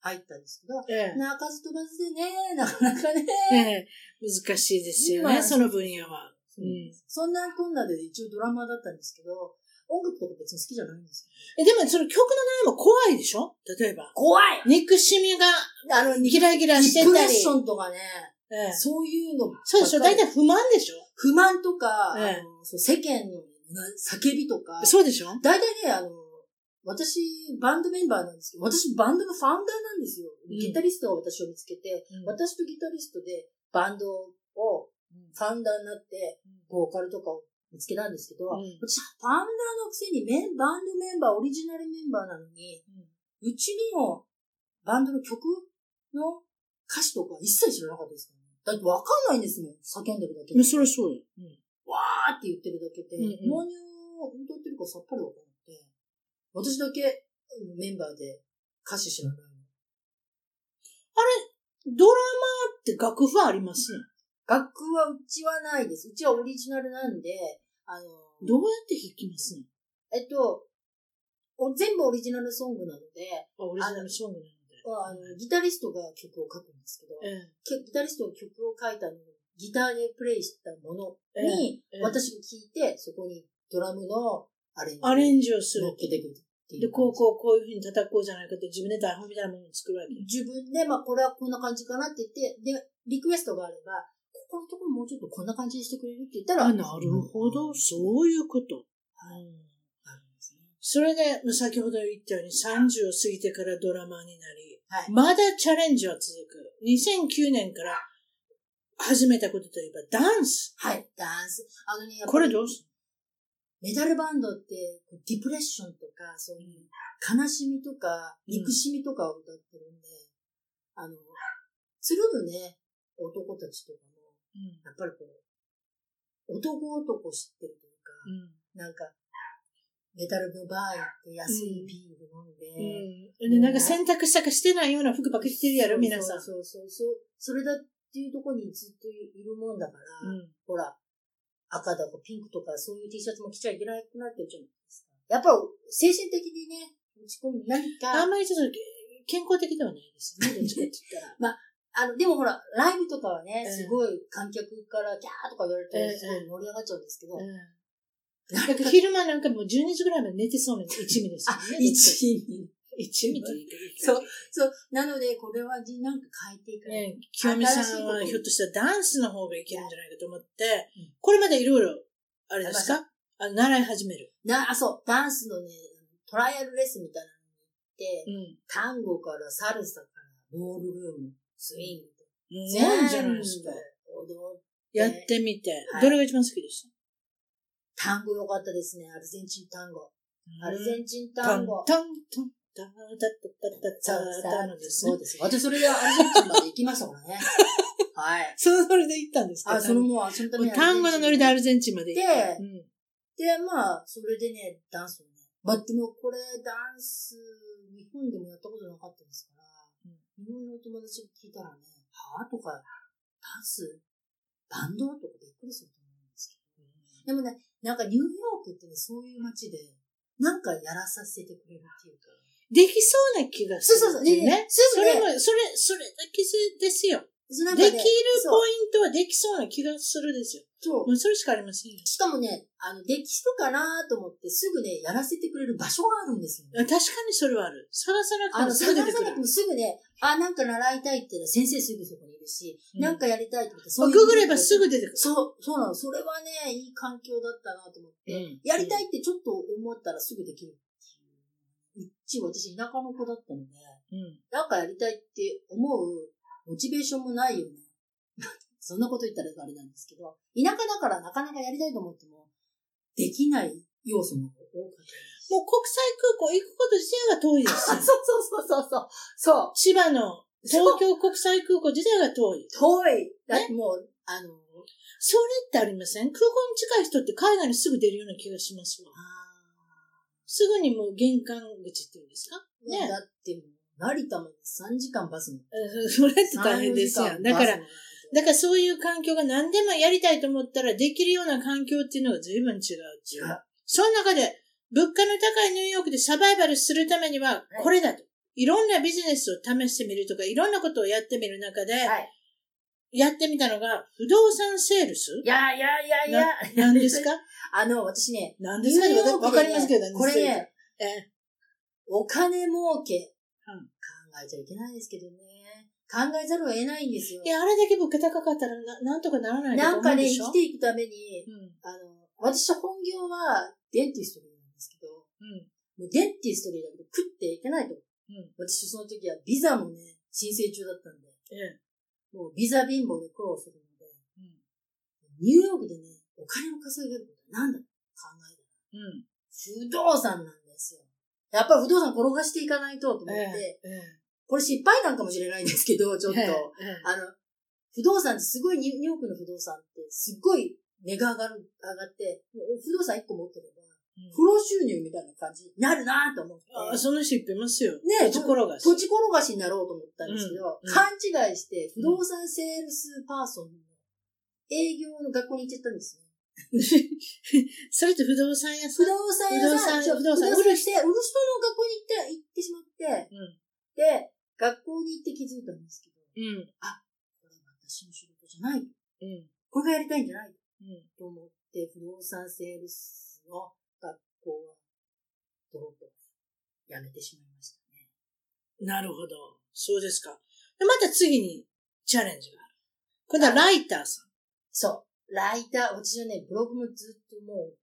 Speaker 2: 入ったんですけど、
Speaker 1: ええ
Speaker 2: 泣かず飛ばずでね、なかなかね、
Speaker 1: ええ難しいですよ
Speaker 2: ま
Speaker 1: ね、
Speaker 2: あ
Speaker 1: その分野は。うん
Speaker 2: そんなこんなで一応ドラマーだったんですけど、音楽とか別に好きじゃないんですよ。
Speaker 1: えでも、その曲の内容も怖いでしょ例えば。
Speaker 2: 怖い
Speaker 1: 憎しみが
Speaker 2: あの、
Speaker 1: ギラギラして
Speaker 2: デプレ
Speaker 1: た
Speaker 2: ッ
Speaker 1: り。
Speaker 2: ションとかね、
Speaker 1: ええ
Speaker 2: そういうのばっかり
Speaker 1: そうでしょ大体不満でしょ
Speaker 2: 不満とか、
Speaker 1: ええ
Speaker 2: あのそう世間のな叫びとか、
Speaker 1: そうでしょ
Speaker 2: 大体ね、あの、私、バンドメンバーなんですけど、私、バンドのファウンダーなんですよ。
Speaker 1: ん
Speaker 2: ギタリストが私を見つけて、
Speaker 1: うん
Speaker 2: 私とギタリストでバンドを、ファウンダーになって、ボーカルとかを見つけたんですけど、
Speaker 1: うん
Speaker 2: 私、ファウンダーのくせにメン、バンドメンバー、オリジナルメンバーなのに、うちのバンドの曲の歌詞とか一切知らなかったですからね。だってわかんないんですもん、叫んでるだけで。
Speaker 1: そりゃそうよ。
Speaker 2: わーって言ってるだけ
Speaker 1: う
Speaker 2: で、
Speaker 1: んうん
Speaker 2: 何を歌ってるかさっぱりわかんなくて、私だけうんメンバーで歌詞知らないの。
Speaker 1: ドラマって楽譜はあります
Speaker 2: 楽譜はうちはないです。うちはオリジナルなんで、あの、
Speaker 1: どうやって弾きますの
Speaker 2: えっと、お全部オリジナルソングなので、
Speaker 1: あ、オリジナルソングな
Speaker 2: ああ
Speaker 1: ので
Speaker 2: のギタリストが曲を書くんですけど、
Speaker 1: ええ。
Speaker 2: けギタリストが曲を書いたのに、ギターでプレイしたものに
Speaker 1: ええ、
Speaker 2: 私が聴いて、そこにドラムのアレンジ
Speaker 1: アレンジをす
Speaker 2: 乗
Speaker 1: る
Speaker 2: っ。けてくるっていう。
Speaker 1: で、こうこうこういうふうに叩こうじゃないかって自分で台本みたいなものを作るわけ。
Speaker 2: 自分で、まあ、これはこんな感じかなって言って、で、リクエストがあれば、ここのところもうちょっとこんな感じにしてくれるって言ったら、
Speaker 1: あ、なるほど。そういうこと。
Speaker 2: あるんですね。
Speaker 1: それで、先ほど言ったように30を過ぎてからドラマーになり、
Speaker 2: はい
Speaker 1: まだチャレンジは続く。2009年から始めたことといえばダンス。
Speaker 2: はい、ダンス。あのね、やっ
Speaker 1: こ
Speaker 2: ぱ
Speaker 1: れ
Speaker 2: り
Speaker 1: どうす
Speaker 2: メタルバンドって、こうディプレッションとか、そういう悲しみとか、
Speaker 1: うん
Speaker 2: 憎しみとかを歌ってるんで、あの、つるむね、男たちとかも、
Speaker 1: るの、
Speaker 2: やっぱりこう、男男知ってるというか、なんか、メタルのバー行って安いビール飲ん
Speaker 1: う
Speaker 2: で、
Speaker 1: ん。で、なんか洗濯したかしてないような服ばっかり着てるやろ、皆さん。
Speaker 2: そうそうそうそう。それだっていうとこにずっといるもんだから、
Speaker 1: うん。
Speaker 2: ほら、赤だかピンクとかそういう T シャツも着ちゃいけなくなってるじゃないですか。やっぱ、精神的にね、落ち込む、何か、
Speaker 1: あ
Speaker 2: あ
Speaker 1: んまりちょっと健康的ではないですね。どっちかって言ったら。
Speaker 2: の、でもほら、ライブとかはね、
Speaker 1: ええ
Speaker 2: すごい観客からキャーとか言われ
Speaker 1: ええ
Speaker 2: て、すごい盛り上がっちゃうんですけど、
Speaker 1: なんか昼間なんかもう12時ぐらいまで寝てそうな一味ですよ
Speaker 2: あ
Speaker 1: ね。、
Speaker 2: 一位。
Speaker 1: 一味って
Speaker 2: そう。そう。なので、これはじなんか変えていかない。
Speaker 1: ね、清美さんはひょっとしたらダンスの方がいけるんじゃないかと思って
Speaker 2: うん、
Speaker 1: これまでいろいろ、あれですかあの習い始める。
Speaker 2: な、あ、そう、ダンスのね、トライアルレッスンみたいなのに行って、
Speaker 1: ん。
Speaker 2: タンゴからサルサから、ボールルーム、スイング、
Speaker 1: うんじゃないですか。
Speaker 2: 全部踊っ
Speaker 1: やってみて
Speaker 2: は。い
Speaker 1: どれが一番好きでした
Speaker 2: 単語良かったですね。アルゼンチン単語。アル
Speaker 1: ン
Speaker 2: ゼンチン単語。
Speaker 1: タン、タン、タン、タタ
Speaker 2: そ
Speaker 1: タ
Speaker 2: う
Speaker 1: タタタのです
Speaker 2: そ
Speaker 1: ね
Speaker 2: う。です。私、それでアルゼンチンまで行きましたからね。 はい。
Speaker 1: そう、それで行ったんですか
Speaker 2: あ、そのもう、そのため
Speaker 1: もう
Speaker 2: に
Speaker 1: 単語のノリでアルゼンチンまで行って
Speaker 2: で。で、まあ、それでね、ダンスをね。まあ、でもこれ、ダンス、日本でもやったことなかったですから、日本のお友達が聞いたらね、はぁとか、ダンス、バンドとかびっくりすると思うんですけど、でもね、なんかニューヨークってね、そういう街で、なんかやらさせてくれるっていうか、
Speaker 1: できそうな気がする。
Speaker 2: で
Speaker 1: ね。
Speaker 2: す
Speaker 1: そ
Speaker 2: ぐ
Speaker 1: れ
Speaker 2: ね
Speaker 1: も、それ、それだけですよ。
Speaker 2: そうな
Speaker 1: で
Speaker 2: ん
Speaker 1: き
Speaker 2: か
Speaker 1: る
Speaker 2: ね
Speaker 1: ポイン
Speaker 2: そう
Speaker 1: トはできそうな気がするですよ。
Speaker 2: そう
Speaker 1: もうそれしかありませんよ。
Speaker 2: しかもね、あの、できるかなと思って、すぐね、やらせてくれる場所があるんですよね
Speaker 1: あ。確かにそれはある。探さなくて
Speaker 2: あ
Speaker 1: も
Speaker 2: の、
Speaker 1: すぐ
Speaker 2: 探
Speaker 1: 出
Speaker 2: さ
Speaker 1: てくる
Speaker 2: なくて。もすぐね、あ、なんか習いたいって言ったら先生すぐそこにいるし、
Speaker 1: うん
Speaker 2: なんかやりたいって言ったら
Speaker 1: あ
Speaker 2: そういう
Speaker 1: ググればすぐ出てくる。
Speaker 2: そう、そうなの。それはね、いい環境だったなと思って、
Speaker 1: うん
Speaker 2: やりたいってちょっと思ったらすぐできるっていう。うち、私田舎の子だったので、
Speaker 1: うん。
Speaker 2: なんかやりたいって思うモチベーションもない ような、そんなこと言ったらあれなんですけど、田舎だからなかなかやりたいと思っても、できない要素も多かった。
Speaker 1: もう国際空港行くこと自体が遠いです
Speaker 2: あ
Speaker 1: よ
Speaker 2: そうそうそうそうそう。そう。
Speaker 1: 千葉の東京国際空港自体が遠い。
Speaker 2: 遠い。だってもう、あの、
Speaker 1: それってありません空港に近い人って海外にすぐ出るような気がしますわ。すぐにもう玄関口っていうんですか
Speaker 2: ね、
Speaker 1: ね
Speaker 2: だってもう、成田まで3時間バスの。
Speaker 1: うん それって大変ですよ。
Speaker 2: 3
Speaker 1: だから、、
Speaker 2: だ
Speaker 1: だからそういう環境が何でもやりたいと思ったらできるような環境っていうのが随分違うっていう
Speaker 2: 違う
Speaker 1: その中で、物価の高いニューヨークでサバイバルするためには、これだと。いろんなビジネスを試してみるとか、いろんなことをやってみる中で、
Speaker 2: はい
Speaker 1: やってみたのが、不動産セールス
Speaker 2: いやいやいやいや、
Speaker 1: 何ですか
Speaker 2: あの、私ね、
Speaker 1: 何
Speaker 2: ニ
Speaker 1: で
Speaker 2: ュ
Speaker 1: すか
Speaker 2: ーヨークでね
Speaker 1: わかりますけど、
Speaker 2: これね、
Speaker 1: え
Speaker 2: お金儲け。
Speaker 1: うん
Speaker 2: 考えちゃいけないですけどね。考えざるを得ないんですよ
Speaker 1: い。や、あれだけ物価高かったらな、なんとかならない
Speaker 2: なんかね、
Speaker 1: と
Speaker 2: 生
Speaker 1: 思う
Speaker 2: き
Speaker 1: でして
Speaker 2: いくために、
Speaker 1: ょうん。
Speaker 2: あの、私は本業は、デンティストリーなんですけど、
Speaker 1: うん。
Speaker 2: もうデンティストリーだけど食っていけないと。
Speaker 1: うん
Speaker 2: 私その時はビザもね、申請中だったんで、
Speaker 1: ええ。
Speaker 2: もうビザ貧乏で苦労するので、
Speaker 1: うん
Speaker 2: ニューヨークでね、お金を稼げることは何だと考えた。
Speaker 1: うん。
Speaker 2: 不動産なんですよ。やっぱ不動産転がしていかないとと思って、
Speaker 1: ええ。
Speaker 2: これ失敗なんかもしれないんですけど、ちょっと。
Speaker 1: ええ
Speaker 2: あの、不動産ってすごいニュニューヨークの不動産ってすっごい値が上がる、上がって、もう不動産1個持ってれば、不労収入みたいな感じになるなと思って。
Speaker 1: あその人いっぱいいますよ。
Speaker 2: ねえ
Speaker 1: ところが。
Speaker 2: 土地転がしになろうと思ったんですけど、
Speaker 1: うんうん
Speaker 2: 勘違いして、不動産セールスパーソンの営業の学校に行っちゃったんですね。
Speaker 1: それって不動産屋さ
Speaker 2: 不
Speaker 1: ん。
Speaker 2: 動産屋さん、
Speaker 1: 不動産不
Speaker 2: 不動産
Speaker 1: 動産
Speaker 2: 売るして、売る人の学校に行って、行ってしまって、
Speaker 1: うん
Speaker 2: で、学校に行って気づいたんですけど、こ
Speaker 1: うん。
Speaker 2: れは私の仕事じゃない。
Speaker 1: うん。
Speaker 2: これがやりたいんじゃない
Speaker 1: うん。
Speaker 2: と思って、不動産セールスの学校は、ドロッと辞めてしまいましたね。
Speaker 1: なるほど。そうですか。でまた次にチャレンジがある。今度はライターさん。
Speaker 2: そう。ライター、私はね、ブログもずっともう、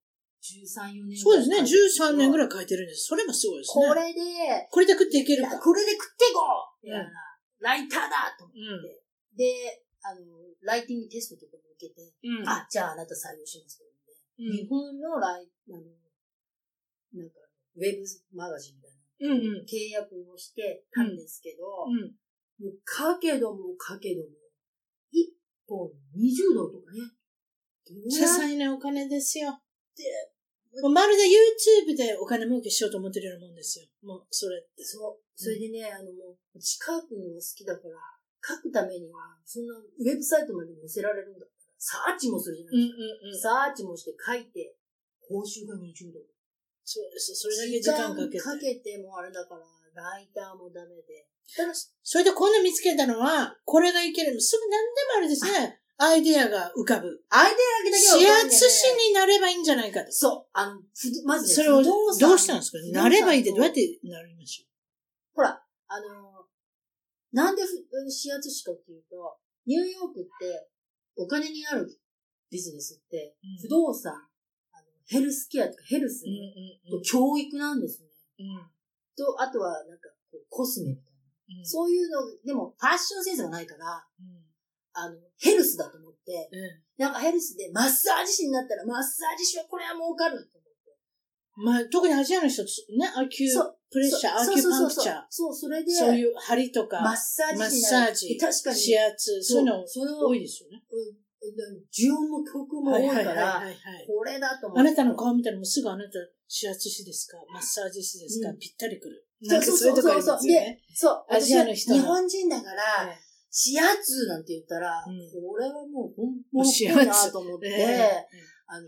Speaker 2: 13、4年
Speaker 1: そうですね。13年ぐ
Speaker 2: らい
Speaker 1: らい書いてるんです。それもすごいですね。
Speaker 2: 書いてる。これで、
Speaker 1: これで食っていけ
Speaker 2: い
Speaker 1: る
Speaker 2: や
Speaker 1: か。
Speaker 2: これで食っていこう
Speaker 1: うん
Speaker 2: いやライターだと思っ
Speaker 1: う
Speaker 2: て。で、あの、ライティングテストとかも受けて、
Speaker 1: ん。うん。
Speaker 2: あ、じゃああなた採用しますということ
Speaker 1: う
Speaker 2: で、
Speaker 1: ん
Speaker 2: 日本のライ、あの、なんか、ウェブマガジンみたいな。
Speaker 1: うんうん
Speaker 2: 契約をしてたんですけど、
Speaker 1: うん。
Speaker 2: もうかけどもかけども、1本20ドルとかね、
Speaker 1: 些細なお金ですよ。もうまるで YouTube でお金儲けしようと思ってるようなもんですよ。もう、それって。
Speaker 2: そう。それでね、あの、もう、私書くのが好きだから、書くためには、そんなウェブサイトまで載せられるんだったら、サーチもするじゃない
Speaker 1: うん
Speaker 2: ですか。サーチもして書いて、報酬が20ドル。
Speaker 1: そうです。それだけ時間かけて
Speaker 2: 時。間かけてもあれだから、ライターもダメで。ただし、
Speaker 1: それで今度見つけたのは、これがいける。すぐ何でもあれですね。アイデアが浮かぶ。
Speaker 2: アイデアだけだけは
Speaker 1: 始
Speaker 2: 浮かんでね
Speaker 1: 圧師になればいいんじゃないかと。
Speaker 2: そう。あの、ふまずね、
Speaker 1: それを
Speaker 2: 不
Speaker 1: どう
Speaker 2: 動
Speaker 1: した
Speaker 2: 産
Speaker 1: んですか
Speaker 2: 不動産
Speaker 1: なればいいって
Speaker 2: と
Speaker 1: どうやってなりましょ
Speaker 2: ほら、あのーなんでふ指圧しかっていうと、ニューヨークってお金になるビジネスって、
Speaker 1: うん
Speaker 2: 不動産、あのヘルスケアとかヘルス
Speaker 1: う
Speaker 2: ね、
Speaker 1: うん
Speaker 2: と教育なんですよね。
Speaker 1: うん
Speaker 2: と、あとはなんかこうコスメみたいな。
Speaker 1: うん
Speaker 2: そういうの、でもファッションセンスがないから、
Speaker 1: うん
Speaker 2: あの、ヘルスだと思って、
Speaker 1: う
Speaker 2: なんかヘルスでマッサージ師になったらマッサージ師はこれは儲かると思って。
Speaker 1: んまあ、特にアジアの人、ね、アキュ
Speaker 2: そう
Speaker 1: プレッシャー、ア
Speaker 2: そう
Speaker 1: キュパ
Speaker 2: そ
Speaker 1: ン
Speaker 2: う
Speaker 1: ク
Speaker 2: そう
Speaker 1: チ
Speaker 2: そ
Speaker 1: ャー
Speaker 2: う。。そう、それで、
Speaker 1: そういう針と
Speaker 2: マッ
Speaker 1: か、
Speaker 2: サージ
Speaker 1: マッ
Speaker 2: 師になる
Speaker 1: サージ、
Speaker 2: 確かに。
Speaker 1: 指圧、そういうの
Speaker 2: その
Speaker 1: 多いですよね。
Speaker 2: うん呪音の曲も多い
Speaker 1: はいは
Speaker 2: か
Speaker 1: いはい
Speaker 2: ら、
Speaker 1: はい
Speaker 2: これだと思って。
Speaker 1: あなたの顔見たらもうすぐあなた、指圧師ですかマッサージ師ですか、
Speaker 2: うん
Speaker 1: ぴったりくる。
Speaker 2: そう
Speaker 1: なんかそういうとこありますよね。
Speaker 2: そう、
Speaker 1: アジアの人の
Speaker 2: 私は日本人だから、
Speaker 1: はい
Speaker 2: シアツなんて言ったら、
Speaker 1: うん
Speaker 2: これはもう本物っぽいなと思って、
Speaker 1: え
Speaker 2: あの、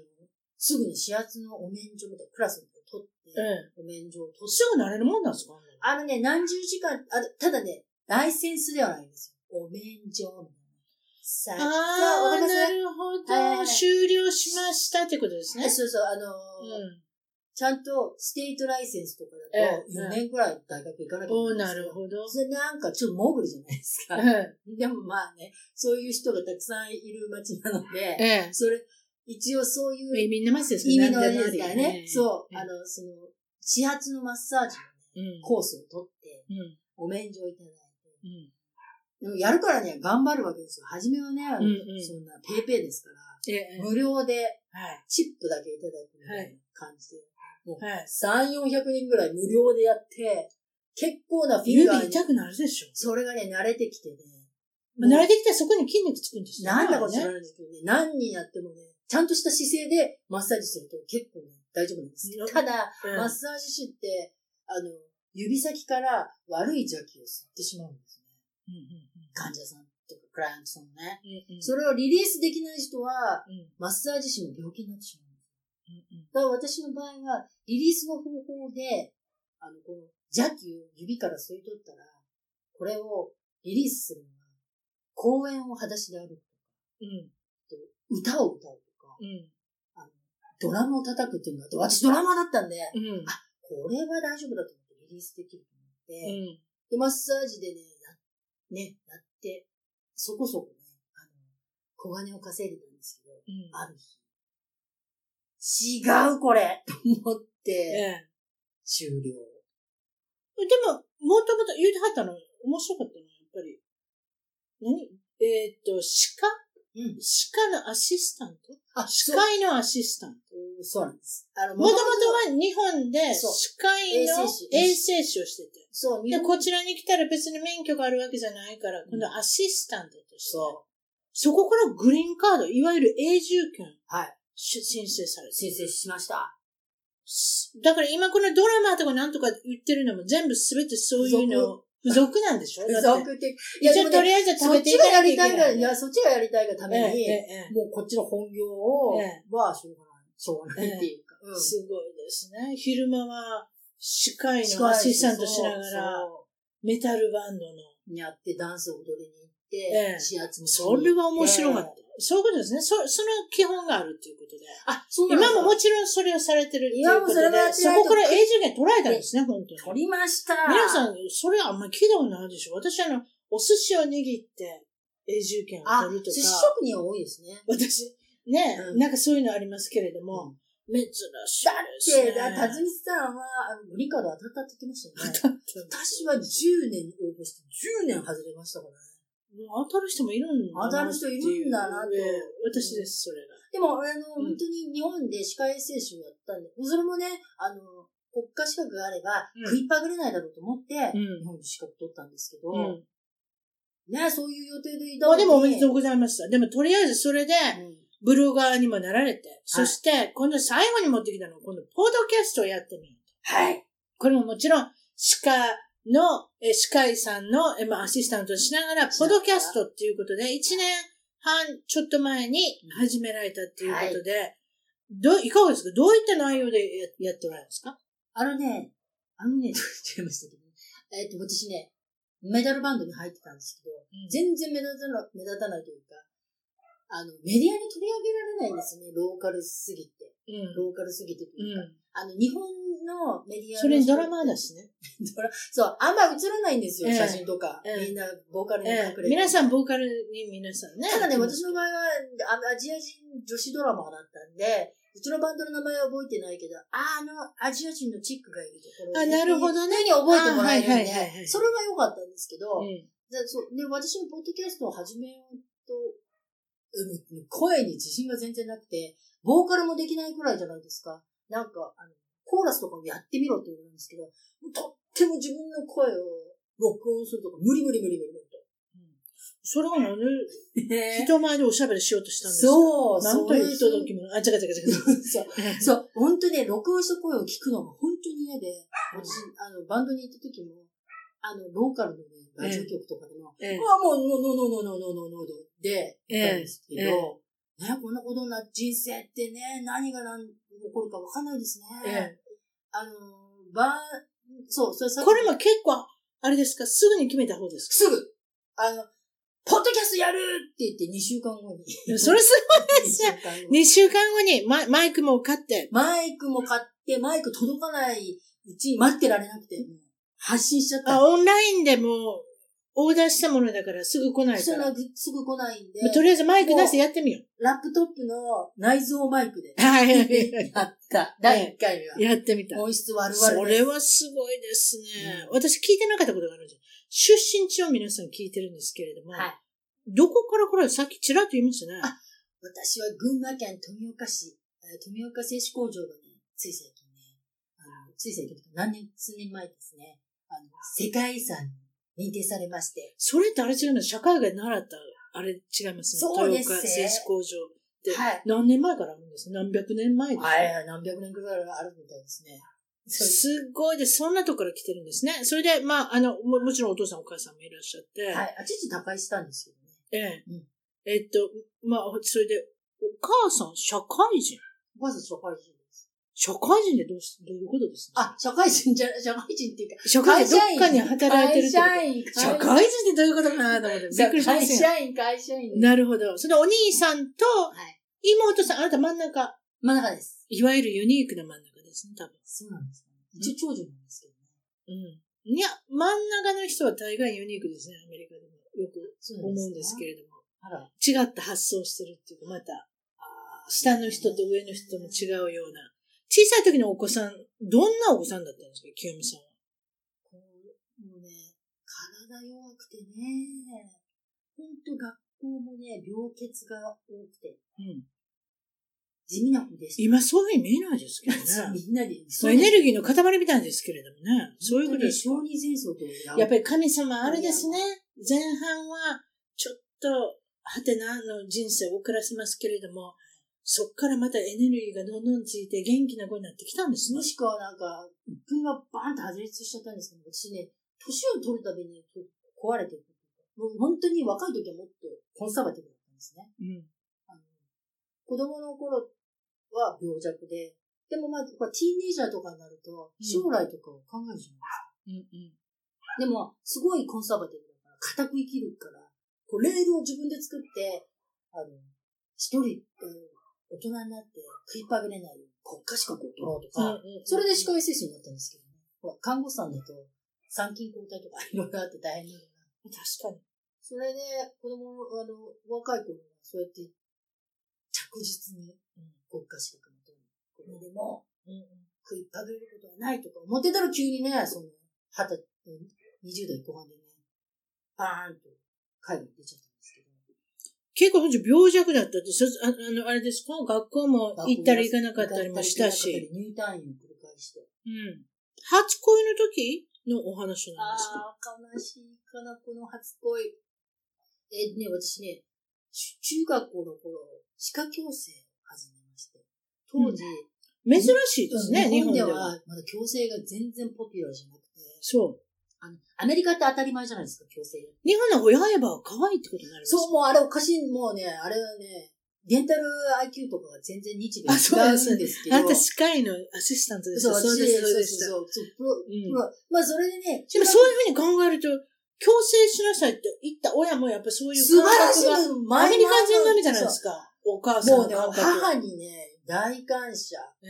Speaker 2: すぐにシアツのお免状みたいなクラスの人を取
Speaker 1: え
Speaker 2: って、
Speaker 1: え
Speaker 2: お免状を
Speaker 1: え
Speaker 2: 取って、
Speaker 1: すぐなれるもんなんですか
Speaker 2: あのね、何十時間、あただね、ライセンスではないんですよ。お免状みたいな。さ
Speaker 1: あ
Speaker 2: さわか
Speaker 1: あ、
Speaker 2: ります
Speaker 1: なるほど、
Speaker 2: はいはいはい
Speaker 1: 終了しましたってことですね。
Speaker 2: そうそう、あの
Speaker 1: う
Speaker 2: ーちゃんとステートライセンスとかだ
Speaker 1: ええ
Speaker 2: と、4年くらい大学行かなきゃいけないんです
Speaker 1: ん。
Speaker 2: よ。
Speaker 1: おーなるほど。
Speaker 2: それなんかちょっとモグルじゃないですか。
Speaker 1: え
Speaker 2: でもまあね、そういう人がたくさんいる街なので、
Speaker 1: え
Speaker 2: それ、一応そうい
Speaker 1: え。
Speaker 2: う
Speaker 1: みんなマスです
Speaker 2: 意味のあれです
Speaker 1: か
Speaker 2: かららね。そう、
Speaker 1: ええ
Speaker 2: あの、その、始発のマッサージ
Speaker 1: うん。
Speaker 2: コースを取って、
Speaker 1: うん。
Speaker 2: お免状いただいて。
Speaker 1: うん。
Speaker 2: でもやるからには頑張るわけですよ。初めはね、あの
Speaker 1: うんうん
Speaker 2: そんなペイペイですから、
Speaker 1: ええ。
Speaker 2: 無料で
Speaker 1: はい。
Speaker 2: チップだけいただくみたいな感じで。
Speaker 1: はい。
Speaker 2: 3、400人ぐらい無料でやって、結構なフィギュア
Speaker 1: 指
Speaker 2: に
Speaker 1: 痛くなるでしょ。
Speaker 2: それがね、慣れてきてね。
Speaker 1: まあ慣れてきたらそこに筋肉つくんですよ。
Speaker 2: なんだか知ら
Speaker 1: ね。
Speaker 2: ないんですけどね、何にやってもね、ちゃんとした姿勢でマッサージすると結構ね、大丈夫なんです
Speaker 1: うん。
Speaker 2: ただ、
Speaker 1: うん
Speaker 2: マッサージ師って、あの、指先から悪い邪気を吸ってしまうんですね。
Speaker 1: うんうん
Speaker 2: 患者さんとかクライアントさんのね。
Speaker 1: うんうん
Speaker 2: それをリリースできない人は、
Speaker 1: うん
Speaker 2: マッサージ師も病気になってしまうんです。
Speaker 1: うんうん
Speaker 2: だから私の場合は、リリースの方法で、あの、この邪気を指から吸い取ったら、これをリリースするのは、公園を裸足で歩く。
Speaker 1: うん
Speaker 2: 歌を歌うとか、
Speaker 1: うん
Speaker 2: ドラムを叩くっていうのがあって、私ドラマーだったんで、
Speaker 1: うん
Speaker 2: これは大丈夫だと思ってリリースできると思って、
Speaker 1: うん
Speaker 2: で、マッサージでね、や、ね、やって、そこそこね、あの、小金を稼いでたんですけど、
Speaker 1: うん
Speaker 2: ある日、違うこれと思っ
Speaker 1: え
Speaker 2: て、
Speaker 1: え
Speaker 2: 終了。
Speaker 1: でも、もともと言うてはったの、面白かったの、やっぱり。何えーっと、
Speaker 2: うん
Speaker 1: 鹿鹿のアシスタント
Speaker 2: あ、
Speaker 1: 司会のアシスタント。
Speaker 2: うんそうなんです。あの、
Speaker 1: もともとは日本で
Speaker 2: そう
Speaker 1: 司会の
Speaker 2: 衛生士
Speaker 1: 衛生士をしてて。
Speaker 2: そう、日
Speaker 1: で、
Speaker 2: 本
Speaker 1: こちらに来たら別に免許があるわけじゃないから、今度アシスタントとして。
Speaker 2: そ
Speaker 1: そこからグリーンカード、いわゆる永住権、
Speaker 2: はい
Speaker 1: し申請され
Speaker 2: う、
Speaker 1: て
Speaker 2: 申請しました。
Speaker 1: る。だから今このドラマとかなんとか言ってるのも全部すべてそういうの、付属なんでしょだって。
Speaker 2: って。いや、
Speaker 1: 一
Speaker 2: で
Speaker 1: 応
Speaker 2: も
Speaker 1: と
Speaker 2: ね、
Speaker 1: りあえず食
Speaker 2: そ
Speaker 1: べ
Speaker 2: って
Speaker 1: い
Speaker 2: ち
Speaker 1: か
Speaker 2: が
Speaker 1: なき
Speaker 2: や
Speaker 1: ゃ
Speaker 2: り
Speaker 1: いけない
Speaker 2: たい。から、いや、そっちがやりたいがた
Speaker 1: ええ
Speaker 2: めに、
Speaker 1: ええええ
Speaker 2: もうこっちの本業を、
Speaker 1: ええ
Speaker 2: は、しょうがない。しょうがないっていうか。うん
Speaker 1: すごいですね。昼間は司会のアシスタントしながら、
Speaker 2: そ
Speaker 1: メタルバンドの。
Speaker 2: うやってダンスを踊りに行って、
Speaker 1: ええ
Speaker 2: 始圧もしに行
Speaker 1: そ
Speaker 2: って
Speaker 1: れは面白かった。。そういうことですね。そ、その基本があるっていうことで。
Speaker 2: あ、そうなん
Speaker 1: 今もも
Speaker 2: ち
Speaker 1: ちろんそれをされてるっていうこと
Speaker 2: 今もそれはや
Speaker 1: で、
Speaker 2: って
Speaker 1: そ
Speaker 2: ないと
Speaker 1: こから永住権取られたんですね、本当に。
Speaker 2: 取りました。
Speaker 1: 皆さん、それあんまり聞いたことないでしょ私あの、お寿司を握って永住権を
Speaker 2: あ、
Speaker 1: 取ると
Speaker 2: 寿
Speaker 1: か
Speaker 2: 司、職人は多いですね。
Speaker 1: 私、ね、
Speaker 2: うん
Speaker 1: なんかそういうのありますけれども、珍しい
Speaker 2: だ
Speaker 1: ですね。
Speaker 2: って、だ、たずみさんは、あの、グリカード当たったって言ってましたよね。私は10年応募して、10年外れましたからね。
Speaker 1: もう当たる人もいるんだな
Speaker 2: 当たる人いるんだなと
Speaker 1: っていうええ私です、それが。
Speaker 2: でも、あの、
Speaker 1: うん
Speaker 2: 本当に日本で歯科衛生士をやったんで、それもね、あの、国家資格があれば、
Speaker 1: うん
Speaker 2: 食いっぱぐれないだろうと思って、
Speaker 1: うん
Speaker 2: 日本で資格取ったんですけど、
Speaker 1: うん。
Speaker 2: ね、そういう予定でいた
Speaker 1: まあでもおめでとう
Speaker 2: う。
Speaker 1: ございました。でもとりあえずそれで、
Speaker 2: うん
Speaker 1: ブロガーにもなられて、そして、今度最後に持ってきたのは、今度、ポードキャストをやってみる。
Speaker 2: はい。
Speaker 1: これももちろん、歯科の、え歯科医さんの、えまあ、アシスタントをしながら、ポドキャストっていうことで、1年半ちょっと前に始められたっていうことで、どういかがですかどういった内容でややっておられるんですか
Speaker 2: あのね、あのね、と言っ ちゃいましたけど、えっ、と、私ね、メダルバンドに入ってたんですけど、全然目立たな目立たないというか、あの、メディアに取り上げられないんですね、ローカルすぎて。
Speaker 1: う
Speaker 2: ローカルすぎてと
Speaker 1: ん。
Speaker 2: いうか、
Speaker 1: うん。
Speaker 2: あの、日本のメディアの人って
Speaker 1: それにドラマーだしね。
Speaker 2: ドラそう、あんま映らないんですよ、
Speaker 1: ええ
Speaker 2: 写真とか。
Speaker 1: ええ
Speaker 2: みんな、ボーカルに隠
Speaker 1: え
Speaker 2: れて。
Speaker 1: え、皆さん、ボーカルに皆さんね。
Speaker 2: ただね、私の場合は、あアジア人女子ドラマーだったんで、うちのバンドの名前は覚えてないけど、ああのアジア人のチックがいるところ
Speaker 1: あなるほどね
Speaker 2: っていうふうに覚えてもらえるんで、
Speaker 1: あはいはいはいはい
Speaker 2: それは良かったんですけど、
Speaker 1: うん
Speaker 2: でそうで私もポッドキャストを始めようと、うん声に自信が全然なくて、ボーカルもできないくらいじゃないですか。なんか、あのコーラスとかもやってみろって言われるんですけど、とっても自分の声を録音するとか、無理無理無理無理無理と。
Speaker 1: それをね、人前でおしゃべりしようとしたんですか
Speaker 2: そう、
Speaker 1: なんと
Speaker 2: そう
Speaker 1: い
Speaker 2: いうう
Speaker 1: 不届き者。あ、違う違う違う。
Speaker 2: そう、 そう、本当ね、録音した声を聞くのが本当に嫌で、私、あの、バンドに行った時も、あの、ローカルのね、ラジオ局とかでも、
Speaker 1: ええ
Speaker 2: あ、もう、ノーノーノーノーノーノーノーノーで、行ったんですけ
Speaker 1: ええ
Speaker 2: ど、ね、こんなことにな、人生ってね、何が何、起こるかわかんないです
Speaker 1: え
Speaker 2: ね。
Speaker 1: え
Speaker 2: あの、ば、そう、それさっき
Speaker 1: これも結構、あれですかすぐに決めた方ですか
Speaker 2: すぐ、あの、ポッドキャストやるって言って2週間後に。
Speaker 1: でもそれすごいですね。
Speaker 2: 2週間後
Speaker 1: 2週間
Speaker 2: に
Speaker 1: 後にマイマイクも買って、
Speaker 2: マイクも買って、マイク届かないうちに待ってられなくて、もう発信しちゃった
Speaker 1: あ、。オンラインでもうオーダーしたものだからすぐ来ない
Speaker 2: そ
Speaker 1: か
Speaker 2: ん
Speaker 1: ら。
Speaker 2: なすぐ来ないんで、
Speaker 1: とりあえずマイク出してやってみよ
Speaker 2: ラップトップの内蔵マイクで
Speaker 1: う。はい。
Speaker 2: やった。第1回目は。
Speaker 1: やって みた。
Speaker 2: 音質悪々
Speaker 1: そ
Speaker 2: です
Speaker 1: れはすごいですね。
Speaker 2: う
Speaker 1: 私聞いてなかったことがあるんです。出身地を皆さん聞いてるんですけれども、
Speaker 2: はい
Speaker 1: どこから来られたさっきちらっと言いましたね。
Speaker 2: あ私は群馬県富岡市、えー富岡製紙工場がね、つい最近ね、あの、つい最近というか何年、数年前ですね、あの、世界遺産に認定されまして、
Speaker 1: それってあれ違うの社会が習った、あれ違いますね。
Speaker 2: そうです
Speaker 1: 豊
Speaker 2: ね
Speaker 1: 岡製紙工場。で
Speaker 2: はい。
Speaker 1: 何年前からあるんです何百年前ですか、
Speaker 2: はい、何百年くらいあるみたいですね。そうです
Speaker 1: すっごいです。そんなとこから来てるんですね。それで、まあ、あの、ももちろんお父さんお母さんもいらっしゃって、
Speaker 2: はい。あ、父他界したんですよね。
Speaker 1: ええ
Speaker 2: うん
Speaker 1: えっと、まあ、それで、お母さん、社会人
Speaker 2: まず社会人です。
Speaker 1: 社会人でどうし、どういうことですか
Speaker 2: あ、社会人じゃ、 社会人っていうか、
Speaker 1: 社会人どっかに働いてるってこ
Speaker 2: 会社員。
Speaker 1: と社会人ってどういうことかなと思って、びっくりしまし
Speaker 2: 会
Speaker 1: たよ。
Speaker 2: 社員、会社員です。
Speaker 1: なるほど。そのお兄さんと
Speaker 2: はい、
Speaker 1: 妹さん、あなた真ん中、
Speaker 2: 真ん中です。
Speaker 1: いわゆるユニークな真ん中ですね、多分。
Speaker 2: そうなんですかね。一応長女なんですけどね。
Speaker 1: うん。いや、真ん中の人は大概ユニークですね、アメリカでも。よく
Speaker 2: そう
Speaker 1: 思うんですけ
Speaker 2: ど。
Speaker 1: れども。
Speaker 2: あら。
Speaker 1: 違った発想をしてるっていうか、また、下の人と上の人とも違うような。小さい時のお子さん、どんなお子さんだったんですか、清美さんは。
Speaker 2: こう、もうね、体弱くてね、ほんと学校もね、病欠が多くて、
Speaker 1: うん。
Speaker 2: 地味な子でした。
Speaker 1: 今そういうふうに見えないですけ どね。
Speaker 2: みんなで、
Speaker 1: まあエネルギーの塊みたいですけれどもね。そういうことです
Speaker 2: 小児戦争とや
Speaker 1: やっぱり神様、あれですね。前半は、ちょっと、はてなの人生を遅らせますけれども、そこからまたエネルギーがどんどんついて元気な子になってきたんですね
Speaker 2: も。しくはなんか、一分がバーンと外れしちゃったんですけど、私ね、年を取るたびに壊れてる。もう本当に若い時はもっとコンサバティブだったんですね。
Speaker 1: うん。
Speaker 2: あの子供の頃は病弱で、でもまあ、こうティーネイジャーとかになると、
Speaker 1: ん
Speaker 2: 将来とかを考えるじゃない
Speaker 1: うんうん。
Speaker 2: でも、すごいコンサバティブだから、固く生きるから、こうレールを自分で作って、あの、一人、えー大人になって食いっぱぐれないように国家資格を取ろうとか、それで歯科衛生士になったんですけどね。ほら、看護師さんだと、参勤交代とかいろいろあって大変なのな。
Speaker 1: 確か
Speaker 2: それで、子供の、あの、若い子にはそうやって、着実に、うん、国家資格の取る。これでも、
Speaker 1: に。うんうん
Speaker 2: 食いっぱぐれることはないとか思ってたら急にね、その、二十歳、20代後半でね、バーンと海外に出ちゃったんですけど。
Speaker 1: 結構、病弱だったって、そああの、あれですか学校も行ったり行かなかったりもした
Speaker 2: 行ったり
Speaker 1: し。
Speaker 2: 行かなかったり入退院を繰り返して。
Speaker 1: うん。初恋の時のお話なんですか
Speaker 2: ああ、悲しいかな、この初恋。え、ね、私ね、ち中学校の頃、歯科矯正を始めまして、当時、
Speaker 1: 珍しいですね、
Speaker 2: 日
Speaker 1: 日
Speaker 2: 本
Speaker 1: 本
Speaker 2: で
Speaker 1: で
Speaker 2: は
Speaker 1: は。
Speaker 2: まだ矯正が全然ポピュラーじゃなくて、
Speaker 1: そう。
Speaker 2: あの、アメリカって当たり前じゃないですか、矯正。
Speaker 1: 日本の親歯は可愛いってことになります
Speaker 2: そ
Speaker 1: よ
Speaker 2: う、もうあれおかしい、もうね、あれはね、デンタル IQ とかが全然日米
Speaker 1: あそうなんで
Speaker 2: 違う
Speaker 1: す
Speaker 2: んですけど。
Speaker 1: あなた歯科医のアシスタントでし
Speaker 2: そう、
Speaker 1: た。
Speaker 2: 私
Speaker 1: そう
Speaker 2: そう
Speaker 1: です、そう
Speaker 2: そう
Speaker 1: でした。
Speaker 2: そうそうプロ、
Speaker 1: うん
Speaker 2: プロ、まあそれでね、
Speaker 1: でもそういうふうに考えると、強制しなさいって言った親もやっぱそういう
Speaker 2: 素晴らしい
Speaker 1: 感覚がアメリカ人並みじゃないです
Speaker 2: か。
Speaker 1: か。お母さん
Speaker 2: も
Speaker 1: の
Speaker 2: うね、
Speaker 1: 感覚。
Speaker 2: 母にね、大感謝。
Speaker 1: うん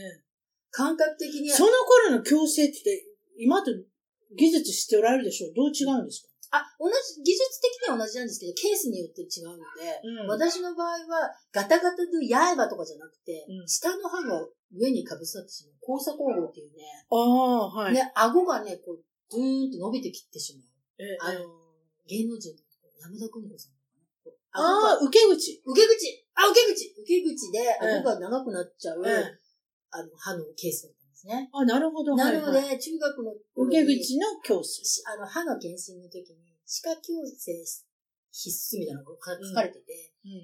Speaker 2: 感覚的に、
Speaker 1: その頃の強制って、今と技術しておられるでしょうどう違うんですか
Speaker 2: あ、同じ、技術的には同じなんですけど、ケースによって違うので、
Speaker 1: うん
Speaker 2: 私の場合は、ガタガタの刃とかじゃなくて、
Speaker 1: うん
Speaker 2: 下の歯が上にかぶさってしまう。交差混合っていうね、
Speaker 1: ああ、は
Speaker 2: ね、顎がね、こう、ドゥーンと伸びてきてしまう。
Speaker 1: ええ
Speaker 2: あの、芸能人の山田邦子さんとかね。
Speaker 1: ああ、
Speaker 2: あ
Speaker 1: 受け口。
Speaker 2: 受け口あ、受け口受け口で
Speaker 1: うん
Speaker 2: 顎が長くなっちゃう、
Speaker 1: うん
Speaker 2: あの、歯のケースだったんですね。
Speaker 1: あ、なるほど。
Speaker 2: な
Speaker 1: は
Speaker 2: の
Speaker 1: いはい
Speaker 2: で、中学の頃
Speaker 1: 受け
Speaker 2: に
Speaker 1: 口の強制。
Speaker 2: しあの、歯の検診の時に、歯科矯正必須みたいなのが書書かれてて、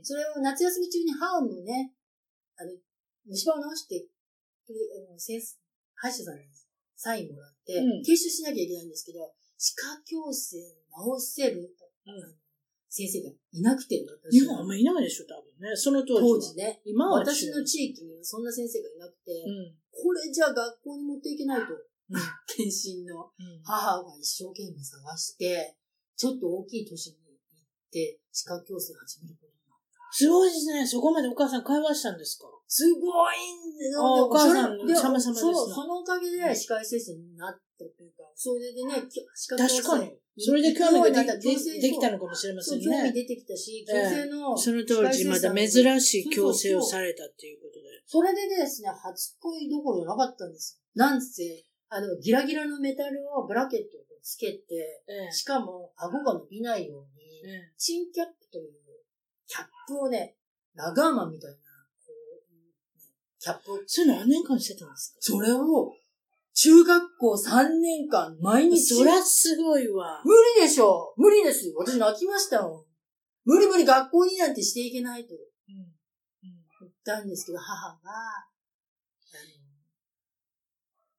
Speaker 2: それを夏休み中に歯のね、あの、虫歯を治して、くれあの先生歯医者さんにサインもらって、
Speaker 1: うん
Speaker 2: 提出しなきゃいけないんですけど、歯科矯正を治せる、あの先生がいなくて、
Speaker 1: 日
Speaker 2: 私
Speaker 1: 本あんまいないでしょ、多分ね。その当時は。
Speaker 2: 当時ね。
Speaker 1: 今は違う
Speaker 2: 私の地域にはそんな先生がいなくて、
Speaker 1: うん。
Speaker 2: これじゃあ学校に持っていけないと
Speaker 1: うん、
Speaker 2: 検診の。
Speaker 1: うん
Speaker 2: 母が一生懸命探して、ちょっと大きい都市に行って、歯科矯正始めることになった。
Speaker 1: すごいですね。そこまでお母さん会話したんですか
Speaker 2: すごいんだよ
Speaker 1: あ
Speaker 2: でも
Speaker 1: お母さん
Speaker 2: それ
Speaker 1: 様々ですな
Speaker 2: そう、そのおかげで歯科衛生士になったというか、それでね、き歯科矯正
Speaker 1: 確かに。それで興味がででできたの
Speaker 2: か
Speaker 1: かもしれませ
Speaker 2: そ
Speaker 1: ん
Speaker 2: う、興味
Speaker 1: ね。
Speaker 2: 出てきたし、
Speaker 1: ええ
Speaker 2: 矯正の、
Speaker 1: その当時、まだ珍しい強制をされたっていうことで。
Speaker 2: それでですね、初恋どころじゃなかったんですよ。なんせ、あの、ギラギラのメタルをブラケットをつけて、しかも、顎が伸びないように、
Speaker 1: ええ
Speaker 2: チンキャップという、キャップをね、ラガーマンみたいな、こう、キャップを、
Speaker 1: それ何年間してたんですか
Speaker 2: それを、中学校3年間、毎日。
Speaker 1: そりゃすごいわ。
Speaker 2: 無理でしょう無理ですよ私泣きましたもん。無理無理学校になんてしていけないと言ったんですけど、母が、あの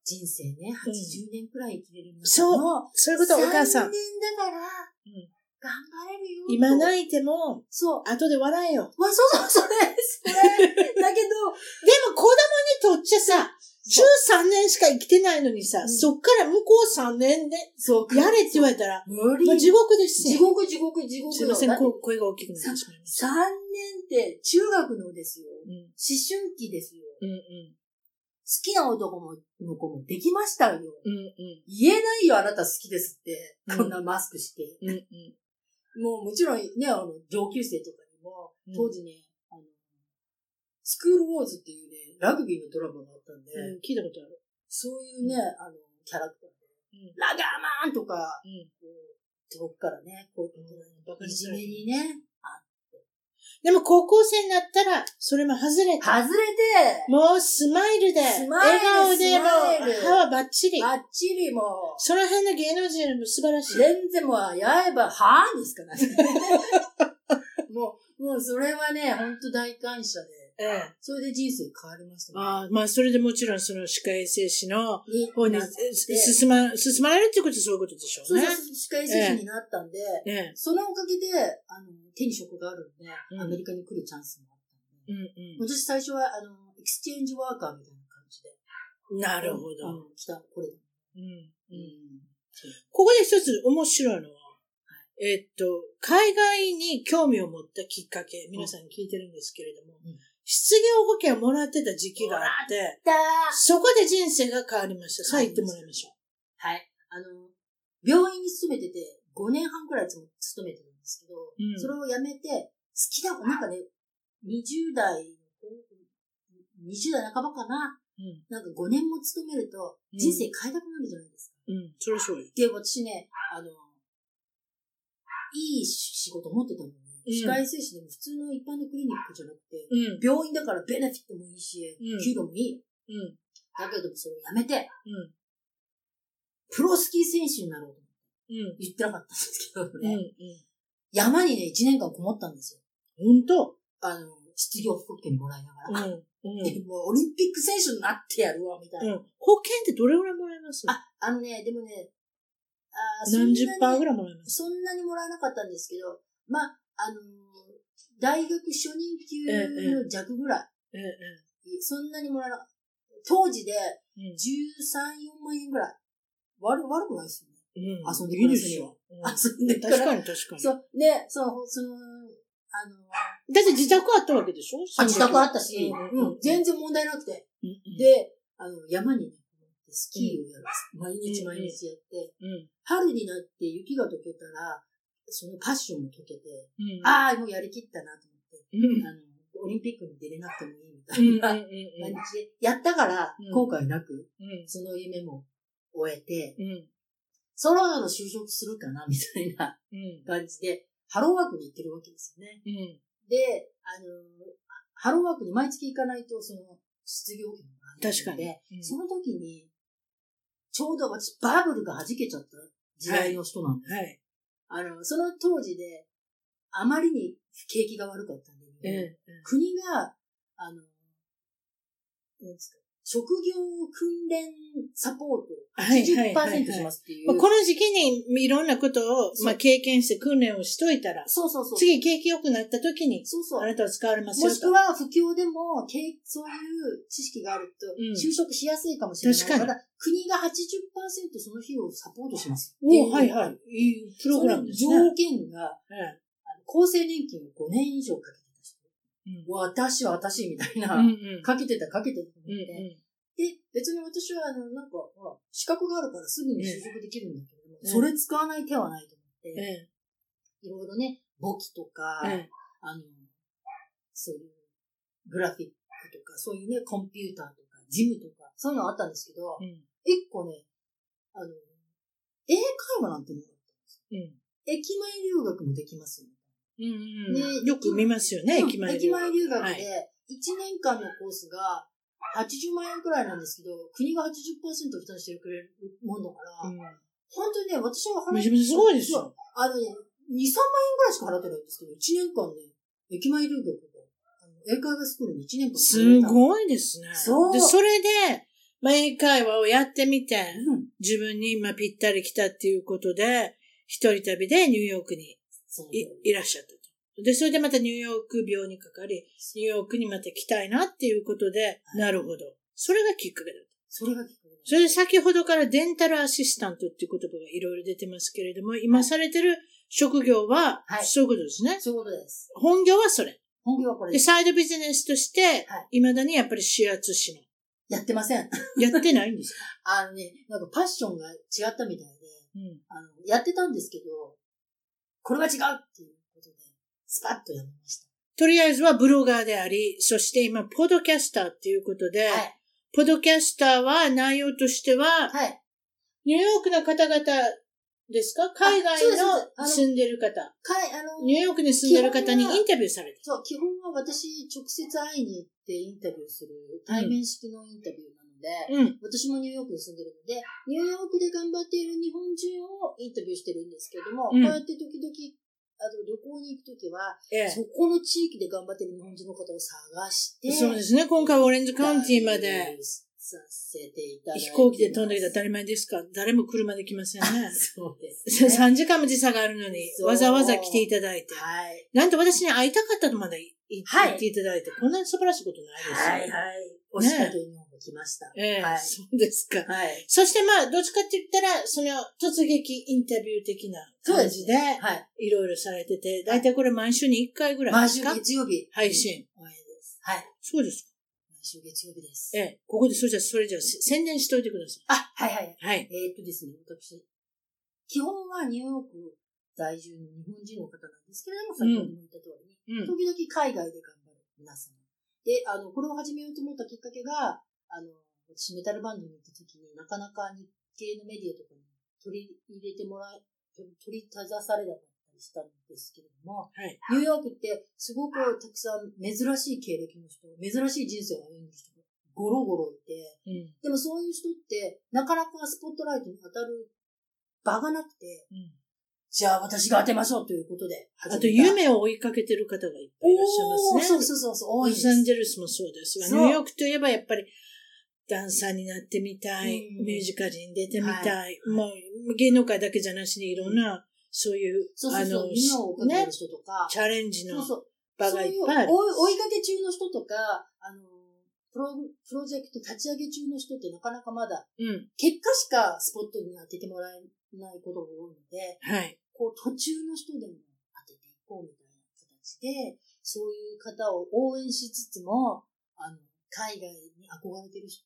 Speaker 2: 人生ね、80年くらい生きれるの
Speaker 1: そう
Speaker 2: の、
Speaker 1: そういうこ
Speaker 2: 3年だ
Speaker 1: とはお母さん。ん
Speaker 2: から、頑張れるよ。
Speaker 1: 今
Speaker 2: い。
Speaker 1: 泣いても、
Speaker 2: そう。
Speaker 1: 後で笑えよ。
Speaker 2: まあ、そうそう、それ、それ。だけど、
Speaker 1: でも子供にとっちゃさ、13年しか生きてないのにさ、
Speaker 2: うん
Speaker 1: そっから向こう3年で、
Speaker 2: そう
Speaker 1: やれって言われたら、
Speaker 2: 無理。
Speaker 1: もう地獄です
Speaker 2: 地
Speaker 1: よ。
Speaker 2: 獄、地獄、地獄。
Speaker 1: すいません、
Speaker 2: だって
Speaker 1: こ声が大きくなってしまいました。
Speaker 2: 3年って中学のですよ。
Speaker 1: うん、うん、
Speaker 2: 思春期ですよ。好
Speaker 1: うん、
Speaker 2: きな男も、の子もできましたよ。
Speaker 1: うん、うん
Speaker 2: 言えないよ、あなた好きですって。
Speaker 1: うん
Speaker 2: こんなマスクして。
Speaker 1: うん、うん。
Speaker 2: もうもちろんね、あの、上級生とかにも
Speaker 1: うん、
Speaker 2: 当時ね、あの、スクールウォーズっていうね、ラグビーのドラマがあったんで、
Speaker 1: うん聞いたことある。
Speaker 2: そういうね、あの、キャラクター
Speaker 1: うん
Speaker 2: で、ラガーマンとか、
Speaker 1: うん
Speaker 2: こう遠くからね、こ
Speaker 1: バカ
Speaker 2: う、い
Speaker 1: に
Speaker 2: じ
Speaker 1: さ
Speaker 2: め
Speaker 1: れる
Speaker 2: にね、
Speaker 1: でも高校生になったら、それも外れた。
Speaker 2: 外れて、
Speaker 1: もうスマイルで、笑
Speaker 2: スマイル
Speaker 1: 顔でも
Speaker 2: スマイル
Speaker 1: う歯はバッチリ。
Speaker 2: ばっちりもう、
Speaker 1: その辺の芸能人よりも素晴らしい。
Speaker 2: 全然もう、やえば、はぁですからね。 もう、もうそれはね、ほんと大感謝で、
Speaker 1: ええ
Speaker 2: それで人生変わりましたね。
Speaker 1: ああまあ、それでもちろんその歯科衛生士の
Speaker 2: に
Speaker 1: 方に
Speaker 2: なって
Speaker 1: えす進ま、進まれるってことはそういうことでしょ
Speaker 2: そうう
Speaker 1: ね
Speaker 2: そう。歯科衛生士になったんで、
Speaker 1: ね
Speaker 2: そのおかげで、あの、手に職があるんで、
Speaker 1: うん
Speaker 2: アメリカに来るチャンスもあったん
Speaker 1: うん
Speaker 2: で、私最初は、あの、エクスチェンジワーカーみたいな感じで、
Speaker 1: うん。なるほ
Speaker 2: あ
Speaker 1: ど。
Speaker 2: の来た、これだ。
Speaker 1: うんうん
Speaker 2: ん
Speaker 1: ここで一つ面白いのは、えっと、海外に興味を持ったきっかけ、皆さんに聞いてるんですけれども
Speaker 2: うん、
Speaker 1: 失業保険をもらってた時期があって、
Speaker 2: だー
Speaker 1: そこで人生が変わりました。さあ言ってもらいましょ
Speaker 2: はい。あの、病院に勤めてて、5年半くらいつも勤めてるんですけど、
Speaker 1: うん
Speaker 2: それを辞めて、好きな、なんかね、20代、20代半ばかな、
Speaker 1: う。うん。
Speaker 2: なんか5年も勤めると、
Speaker 1: うん
Speaker 2: 人生変えたくなるじゃないですか。
Speaker 1: うん。それそうよ。
Speaker 2: で、私ね、あの、いい仕事持ってたの
Speaker 1: う
Speaker 2: に、
Speaker 1: ん
Speaker 2: 歯科衛生士でも普通の一般のクリニックじゃなくて、
Speaker 1: うん。
Speaker 2: 病院だからベネフィットもいいし、
Speaker 1: うん
Speaker 2: 給料もいい。
Speaker 1: うん。
Speaker 2: だけど、それを辞めて、
Speaker 1: うん。
Speaker 2: プロスキー選手になろうと
Speaker 1: うん。
Speaker 2: 言ってなかったんですけど
Speaker 1: うん。う
Speaker 2: ね。
Speaker 1: ん。
Speaker 2: 山にね、1年間こもったんですよ。
Speaker 1: 本当
Speaker 2: あの、失業保険もらいながら、
Speaker 1: うん。うん。
Speaker 2: でもうオリンピック選手になってやるわ、みたいな。
Speaker 1: うん。保険ってどれぐらいもらえます
Speaker 2: あ、あのね、でもね、あー
Speaker 1: 何十パーぐ
Speaker 2: ら
Speaker 1: らい
Speaker 2: い
Speaker 1: もらえます
Speaker 2: そんなにもらわなかったんですけど、まあ、あのー大学初任給の弱ぐらい、
Speaker 1: ええ、
Speaker 2: そんなにもらわなかった。当時で
Speaker 1: ええ。
Speaker 2: 13、4万円ぐらい。悪、悪くないですよね。
Speaker 1: うん
Speaker 2: 遊んでくれるし
Speaker 1: よ。うん
Speaker 2: 遊んで
Speaker 1: 確かに確かに。
Speaker 2: そう、で、そう、その、あのー、
Speaker 1: だって自宅あったわけでしょ
Speaker 2: あ自宅あったし、
Speaker 1: うん
Speaker 2: うん、全然問題なくて。
Speaker 1: うん
Speaker 2: で、あの、山にね、スキーをやる。毎日毎日やって、
Speaker 1: うん
Speaker 2: 春になって雪が溶けたら、そのパッションも溶けて、
Speaker 1: うん
Speaker 2: ああ、もうやりきったなと思って、
Speaker 1: うんうん
Speaker 2: あの、オリンピックに出れなくてもいいみた
Speaker 1: うんうん
Speaker 2: いな
Speaker 1: うん
Speaker 2: 感じで、やったから
Speaker 1: うん、
Speaker 2: 後悔なく、
Speaker 1: うん
Speaker 2: その夢も終えて、
Speaker 1: うん
Speaker 2: そろそろ就職するかな、みたいな
Speaker 1: うん
Speaker 2: 感じで、ハローワークに行ってるわけですよね。
Speaker 1: うん
Speaker 2: で、あの、ハローワークに毎月行かないと、その、失業保険がないので
Speaker 1: 確かにうん
Speaker 2: その時に、ちょうど私、バブルが弾けちゃった時代の人なんで、
Speaker 1: はい。
Speaker 2: あの、その当時で、あまりに景気が悪かったんで、
Speaker 1: うんうん
Speaker 2: 国が、あの、なんですか、職業訓練サポート
Speaker 1: はいはいはいはい
Speaker 2: 80%しますっていう。
Speaker 1: まあこの時期にいろんなことを
Speaker 2: そ、う
Speaker 1: まあ、経験して訓練をしといたら、
Speaker 2: そうそうそう。
Speaker 1: 次景気良くなった時に、
Speaker 2: そうそう
Speaker 1: あ。なたは使われます
Speaker 2: も
Speaker 1: よ
Speaker 2: し
Speaker 1: と。
Speaker 2: くは、不況でも、経営そういう知識があると
Speaker 1: うん、
Speaker 2: 就職しやすいかもしれない。
Speaker 1: 確かに
Speaker 2: だから、国が80%その費用をサポートします。。
Speaker 1: おうはいはいい。いいプロ
Speaker 2: そ
Speaker 1: グラム
Speaker 2: の
Speaker 1: ですね。
Speaker 2: 条件が、あの厚生年金を5年以上かけてた人。
Speaker 1: うん
Speaker 2: 私は私みたいな、
Speaker 1: うんうん
Speaker 2: かけてたかけてたと思
Speaker 1: うん
Speaker 2: って。で、別に私は、あの、なんか、まあ資格があるからすぐに就職できるんだけれども、
Speaker 1: うん
Speaker 2: それ使わない手はないと思っ
Speaker 1: うん
Speaker 2: て、いろいろね、簿記とか、
Speaker 1: うん
Speaker 2: あの、そういう、グラフィックとか、そういうね、コンピューターとか、ジムとか、そういうのあったんですけど、
Speaker 1: うん
Speaker 2: 一個ね、あの、英会話なんてのがあったんです
Speaker 1: うん
Speaker 2: よ駅前留学もできますよ。
Speaker 1: うんうん
Speaker 2: ね
Speaker 1: よく見ますよね、
Speaker 2: うん
Speaker 1: 駅前
Speaker 2: 駅前留学
Speaker 1: は
Speaker 2: で
Speaker 1: い、
Speaker 2: 1年間のコースが、80万円くらいなんですけど、国が80%負担してくれるもんだから、
Speaker 1: うん
Speaker 2: 本当にね、私は払
Speaker 1: めちゃめちゃすごいです
Speaker 2: そう
Speaker 1: よ。
Speaker 2: あのね、2、3万円ぐらいしか払ってないんですけど、1年間ね、駅前留学で、あの英会話スクールに1年間
Speaker 1: す
Speaker 2: い。
Speaker 1: ごいですね。
Speaker 2: そう
Speaker 1: で、それで、まあ、英会話をやってみて、
Speaker 2: うん。
Speaker 1: 自分に今ぴったり来たっていうことで、一人旅でニューヨークに
Speaker 2: そう。
Speaker 1: いいらっしゃったと。で、それでまたニューヨーク病にかかり、ニューヨークにまた来たいなっていうことで、なるほど。それがきっかけだった。
Speaker 2: それが結構ね
Speaker 1: それで先ほどからデンタルアシスタントっていう言葉がいろいろ出てますけれども、今されてる職業は
Speaker 2: は、い
Speaker 1: そういうことですね。
Speaker 2: そういうことです。
Speaker 1: 本業はそれ。
Speaker 2: 本業はこれ
Speaker 1: で、
Speaker 2: です。
Speaker 1: サイドビジネスとして
Speaker 2: はい、
Speaker 1: 未だにやっぱり指圧しない。
Speaker 2: やってません。
Speaker 1: やってないんです か
Speaker 2: あのね、なんかパッションが違ったみたいで、
Speaker 1: うん。
Speaker 2: あの、やってたんですけど、これは違うっていうことで、スパッとやめました。
Speaker 1: とりあえずはブロガーであり、そして今、ポドキャスターっていうことで、
Speaker 2: はい。
Speaker 1: ポドキャスターは内容としては、
Speaker 2: はい。
Speaker 1: ニューヨークの方々ですか海外
Speaker 2: そうですそうですあ
Speaker 1: の
Speaker 2: の
Speaker 1: 住んでる方。
Speaker 2: かい、あの、
Speaker 1: ニューヨークに住んでる方にインタビューされてる。
Speaker 2: そう、基本は私、直接会いに行ってインタビューする、対面式のインタビューなので、
Speaker 1: うん。
Speaker 2: 私もニューヨークに住んでるので、ニューヨークで頑張っている日本人をインタビューしてるんですけれども、
Speaker 1: うん
Speaker 2: こうやって時々、あの、旅行に行くときは、
Speaker 1: ええ
Speaker 2: そこの地域で頑張ってる日本人の方を探して、
Speaker 1: そうですね。今回オレンジカウンティーま
Speaker 2: インタビ
Speaker 1: で
Speaker 2: ューさせていただいて
Speaker 1: 飛行機で飛んだけど当
Speaker 2: だ。
Speaker 1: たり前ですか誰も車で来ませんね
Speaker 2: そうです、ね。
Speaker 1: 3時間も時差があるのに、
Speaker 2: そう
Speaker 1: わざわざ来ていただいて。
Speaker 2: はい。
Speaker 1: なんと私に会いたかったとまで言
Speaker 2: はい
Speaker 1: っていただいて、こんなに素晴らしいことないですよ。
Speaker 2: はいはい。お仕掛けにも来ました。
Speaker 1: ええ
Speaker 2: はい
Speaker 1: そうですか。
Speaker 2: はい。
Speaker 1: そしてまあ、どっちかって言ったら、その突撃インタビュー的な感じで、
Speaker 2: はい。
Speaker 1: いろいろされてて、だいたいこれ毎週に1回ぐらいで
Speaker 2: 毎
Speaker 1: す
Speaker 2: 週
Speaker 1: か
Speaker 2: 月曜日。
Speaker 1: 配信。
Speaker 2: お会いです。はい。
Speaker 1: そうですか。
Speaker 2: 毎週月曜日です。
Speaker 1: ええ、ここでそれじゃ、それじゃあ宣伝しといてくださ
Speaker 2: あ、はいはい。
Speaker 1: い。はい。
Speaker 2: えーっとですね、私、基本はニューヨーク在住の日本人の方なんですけれども、先ほども言った通りに、
Speaker 1: うん。
Speaker 2: 時々海外で頑張る皆さん。で、あの、これを始めようと思ったきっかけが、あの、私メタルバンドに行った時になかなか日系のメディアとかに取り入れてもらえ、取り取り立たされなかったりしたんですけれども、
Speaker 1: はい
Speaker 2: ニューヨークってすごくたくさん珍しい経歴の人、珍しい人生を歩んでる人がゴロゴロいて、
Speaker 1: うん。
Speaker 2: でもそういう人って、なかなかスポットライトに当たる場がなくて、
Speaker 1: うん
Speaker 2: じゃあ私が当てましょうということで
Speaker 1: あと、夢を追いかけてる方がいっぱいいらっしゃいますね。
Speaker 2: そうそうそうそう、多い
Speaker 1: ロ
Speaker 2: で
Speaker 1: サ。
Speaker 2: す
Speaker 1: ンゼルスもそうですが、
Speaker 2: そう
Speaker 1: ニューヨークといえばやっぱり、ダンサーになってみたい、
Speaker 2: うん
Speaker 1: ミュージカルに出てみたい、もう芸能界だけじゃなしにいろんな、そういう、
Speaker 2: そうそうそう、夢を追いかけて
Speaker 1: ね
Speaker 2: る、人とか、
Speaker 1: チャレンジ
Speaker 2: そ
Speaker 1: の
Speaker 2: うそう、
Speaker 1: 場
Speaker 2: そう
Speaker 1: がいっ
Speaker 2: いう
Speaker 1: ぱいある。
Speaker 2: 追い追いかけ中の人とか、あの、プロ、プロジェクト立ち上げ中の人ってなかなかまだ、
Speaker 1: うん。
Speaker 2: 結果しかスポットに当ててもらえないことが多いので、
Speaker 1: はい。
Speaker 2: こう途中の人でも当てていこうみたいな形で、そういう方を応援しつつも、あの、海外に憧れてる人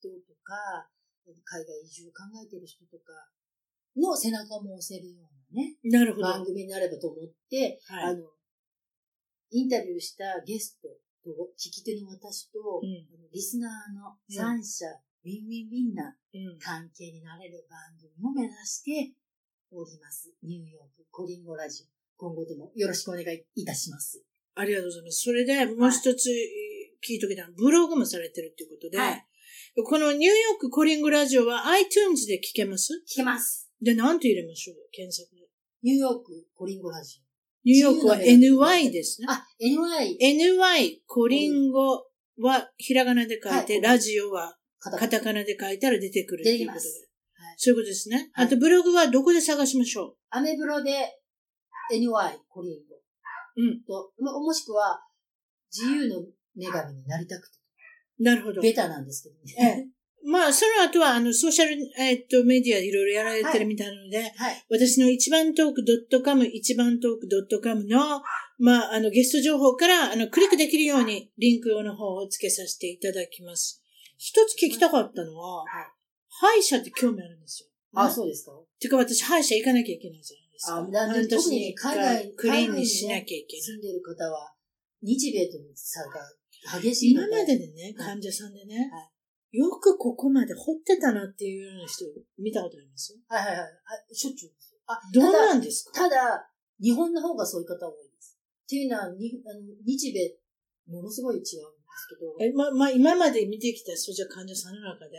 Speaker 2: とか、海外移住を考えてる人とかの背中も押せるようなね、
Speaker 1: なるほど。は
Speaker 2: 番組になればと思って、あ
Speaker 1: い。
Speaker 2: の、インタビューしたゲストと、聞き手の私と、
Speaker 1: うん
Speaker 2: あのリスナーの三者、ウィンウィンウィンな
Speaker 1: うん
Speaker 2: 関係になれる番組を目指しております。ニューヨークコリンゴラジオ。今後ともよろしくお願いいたします。
Speaker 1: ありがとうございます。それで、もう一つ聞いときたいのはブログもされてるっていうことで、
Speaker 2: はい
Speaker 1: このニューヨークコリングラジオは iTunes で聞けます
Speaker 2: 聞けます。
Speaker 1: で、なんて入れましょう検索で。
Speaker 2: ニューヨークコリンゴラジ
Speaker 1: ニューヨークは
Speaker 2: 自由の女
Speaker 1: NY ですね
Speaker 2: オ。。あ、NY、
Speaker 1: NY、コリンゴはひらがなで書いて、
Speaker 2: はい
Speaker 1: ラジオは
Speaker 2: カタカ
Speaker 1: カ
Speaker 2: ナ
Speaker 1: タカナで書いたら出てくるって
Speaker 2: 出
Speaker 1: い
Speaker 2: てき
Speaker 1: うこ
Speaker 2: ま
Speaker 1: とで。
Speaker 2: す。はい
Speaker 1: そういうことですね。
Speaker 2: はい
Speaker 1: あとブログはどこで探しましょ
Speaker 2: アメブロで NY コリンゴ。
Speaker 1: うん
Speaker 2: と、まもしくは、自由の女神になりたくて。
Speaker 1: うなるほど。
Speaker 2: ベタなんですけどね。
Speaker 1: まあ、その後は、あの、ソーシャル、えっと、メディアいろいろやられてるみたいなので、
Speaker 2: はい。
Speaker 1: 私の一番トーク .com、一番トーク .com の、まあ、あの、ゲスト情報から、あの、クリックできるように、リンクの方を付けさせていただきます。一つ聞きたかったのは、
Speaker 2: はい
Speaker 1: 歯医者って興味あるんですよ。
Speaker 2: あ、そうですか
Speaker 1: てか、私、歯医者行かなきゃいけないじゃないですか。
Speaker 2: あなんで
Speaker 1: 半年に一
Speaker 2: 特
Speaker 1: 回
Speaker 2: に海外
Speaker 1: クリーン
Speaker 2: 海外に
Speaker 1: に
Speaker 2: ね
Speaker 1: しなきゃいけない。
Speaker 2: 住んでる方は、日米との差が激しいの
Speaker 1: 今
Speaker 2: で。
Speaker 1: まででね、
Speaker 2: はい
Speaker 1: 患者さんでね
Speaker 2: は、
Speaker 1: よくここまで掘ってたなっていうような人見たことあります
Speaker 2: はいはいはい。あしょっちゅうですよ。あ、
Speaker 1: どう
Speaker 2: ただ
Speaker 1: なんですか
Speaker 2: ただ、日本の方がそういう方多いです。っていうのは、にあの日米、ものすごい違うんですけど、
Speaker 1: え、ま、まあ、今まで見てきた、そうじゃ患者さんの中で、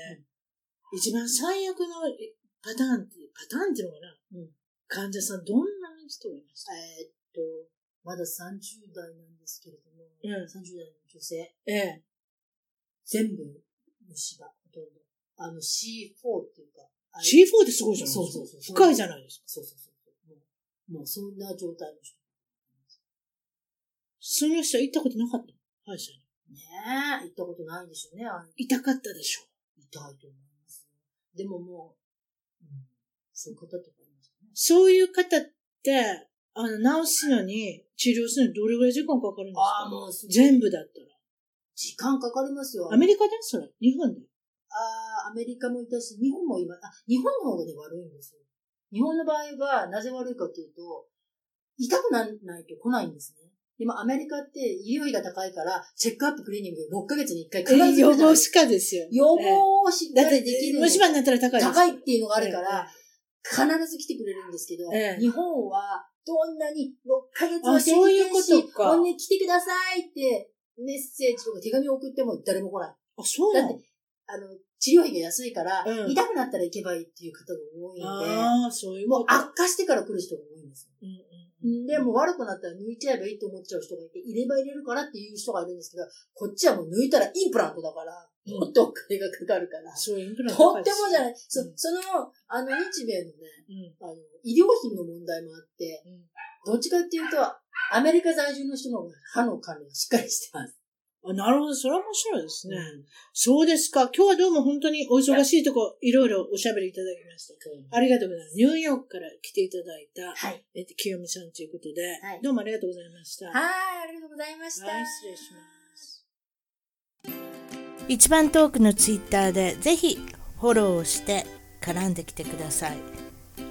Speaker 1: 一番最悪のえパターンって、パターンっていうのかな、
Speaker 2: うん
Speaker 1: 患者さん、どんな人がいました
Speaker 2: えーっと、まだ30代なんですけれども、
Speaker 1: うん
Speaker 2: 30代の女性、
Speaker 1: ええ。
Speaker 2: 全部虫歯、ほとんど。あの C4 っていうか、あれ
Speaker 1: C4 ってすごいじゃないですか。
Speaker 2: そうそうそう
Speaker 1: 深いじゃないですか。
Speaker 2: そうそうそう。もう、もうそんな状態の人。
Speaker 1: その人行ったことなかった歯医者に。
Speaker 2: ねえ、行ったことないんでしょうね、あれ
Speaker 1: 痛かったでしょ
Speaker 2: 痛いと思いますよ。でももう、うん、そういう方とかいますよね。
Speaker 1: そういう方って、あの、治すのに、治療するのにどれぐらい時間かかるんですか
Speaker 2: あーもうすぐ
Speaker 1: 全部だったら。
Speaker 2: 時間かかりますよ。
Speaker 1: アメリカでそれ日本で
Speaker 2: あーアメリカもいたし、日本も今、あ、日本の方がね、悪いんですよ。日本の場合は、なぜ悪いかというと、痛くならないと来ないんですね。でもアメリカって医療費が高いから、チェックアップクリーニング6ヶ月に1回必ず来るじゃ
Speaker 1: 予
Speaker 2: ない
Speaker 1: 防
Speaker 2: です
Speaker 1: 歯
Speaker 2: か
Speaker 1: 科ですよ。
Speaker 2: 予防をしっ
Speaker 1: だっ
Speaker 2: か
Speaker 1: て
Speaker 2: りできる、、
Speaker 1: 虫歯になったら高いです。
Speaker 2: 高いっていうのがあるから、
Speaker 1: え
Speaker 2: 必ず来てくれるんですけど、
Speaker 1: ええ
Speaker 2: 日本はどんなに6ヶ月
Speaker 1: あ
Speaker 2: は
Speaker 1: そういう
Speaker 2: 経験し
Speaker 1: ことか
Speaker 2: ほんで来てくださいってメッセージとか手紙を送っても誰も来な
Speaker 1: え。
Speaker 2: い。
Speaker 1: あ、そうな
Speaker 2: だっ
Speaker 1: の
Speaker 2: てあの、治療費が安いから、
Speaker 1: うん
Speaker 2: 痛くなったら行けばいいっていう方が多いので、
Speaker 1: ああ、そういうこ
Speaker 2: もう
Speaker 1: と。
Speaker 2: 悪化してから来る人が多いんですよ。
Speaker 1: うんうん
Speaker 2: で、もう悪くなったら抜いちゃえばいいと思っちゃう人がいて、入れば入れるからっていう人がいるんですけど、こっちはもう抜いたらインプラントだから、
Speaker 1: うん
Speaker 2: もっとお金がかかるから。
Speaker 1: そういうインプラント
Speaker 2: とってもじゃない。そ
Speaker 1: うん
Speaker 2: その、あの、日米のね、
Speaker 1: うん
Speaker 2: あの、医療費の問題もあって、
Speaker 1: うん
Speaker 2: どっちかっていうと、アメリカ在住の人の方が歯の管理がしっかりしてます。
Speaker 1: あなるほど、それは面白いですね。そうですか。今日はどうも本当にお忙しいとこ、いろいろおしゃべりいただきました。ありがとうございます。ニューヨークから来ていただいた、
Speaker 2: はい。
Speaker 1: えっと、清美さんということで、
Speaker 2: はい
Speaker 1: どうもありがとうございました。
Speaker 2: はい、ありがとうございました。
Speaker 1: はい、失礼します。
Speaker 3: 一番トークのツイッターでぜひフォローをして絡んできてください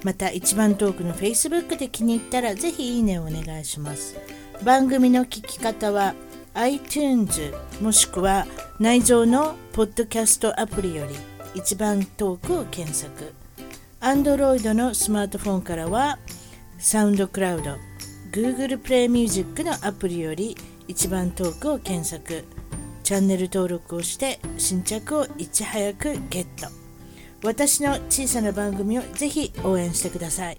Speaker 3: また一番トークの Facebook で気に入ったらぜひいいねをお願いします番組の聞き方は iTunes もしくは内蔵のポッドキャストアプリより一番トークを検索 Android のスマートフォンからはサウンドクラウド Google プレイミュージックのアプリより一番トークを検索チャンネル登録をして新着をいち早くゲット私の小さな番組をぜひ応援してください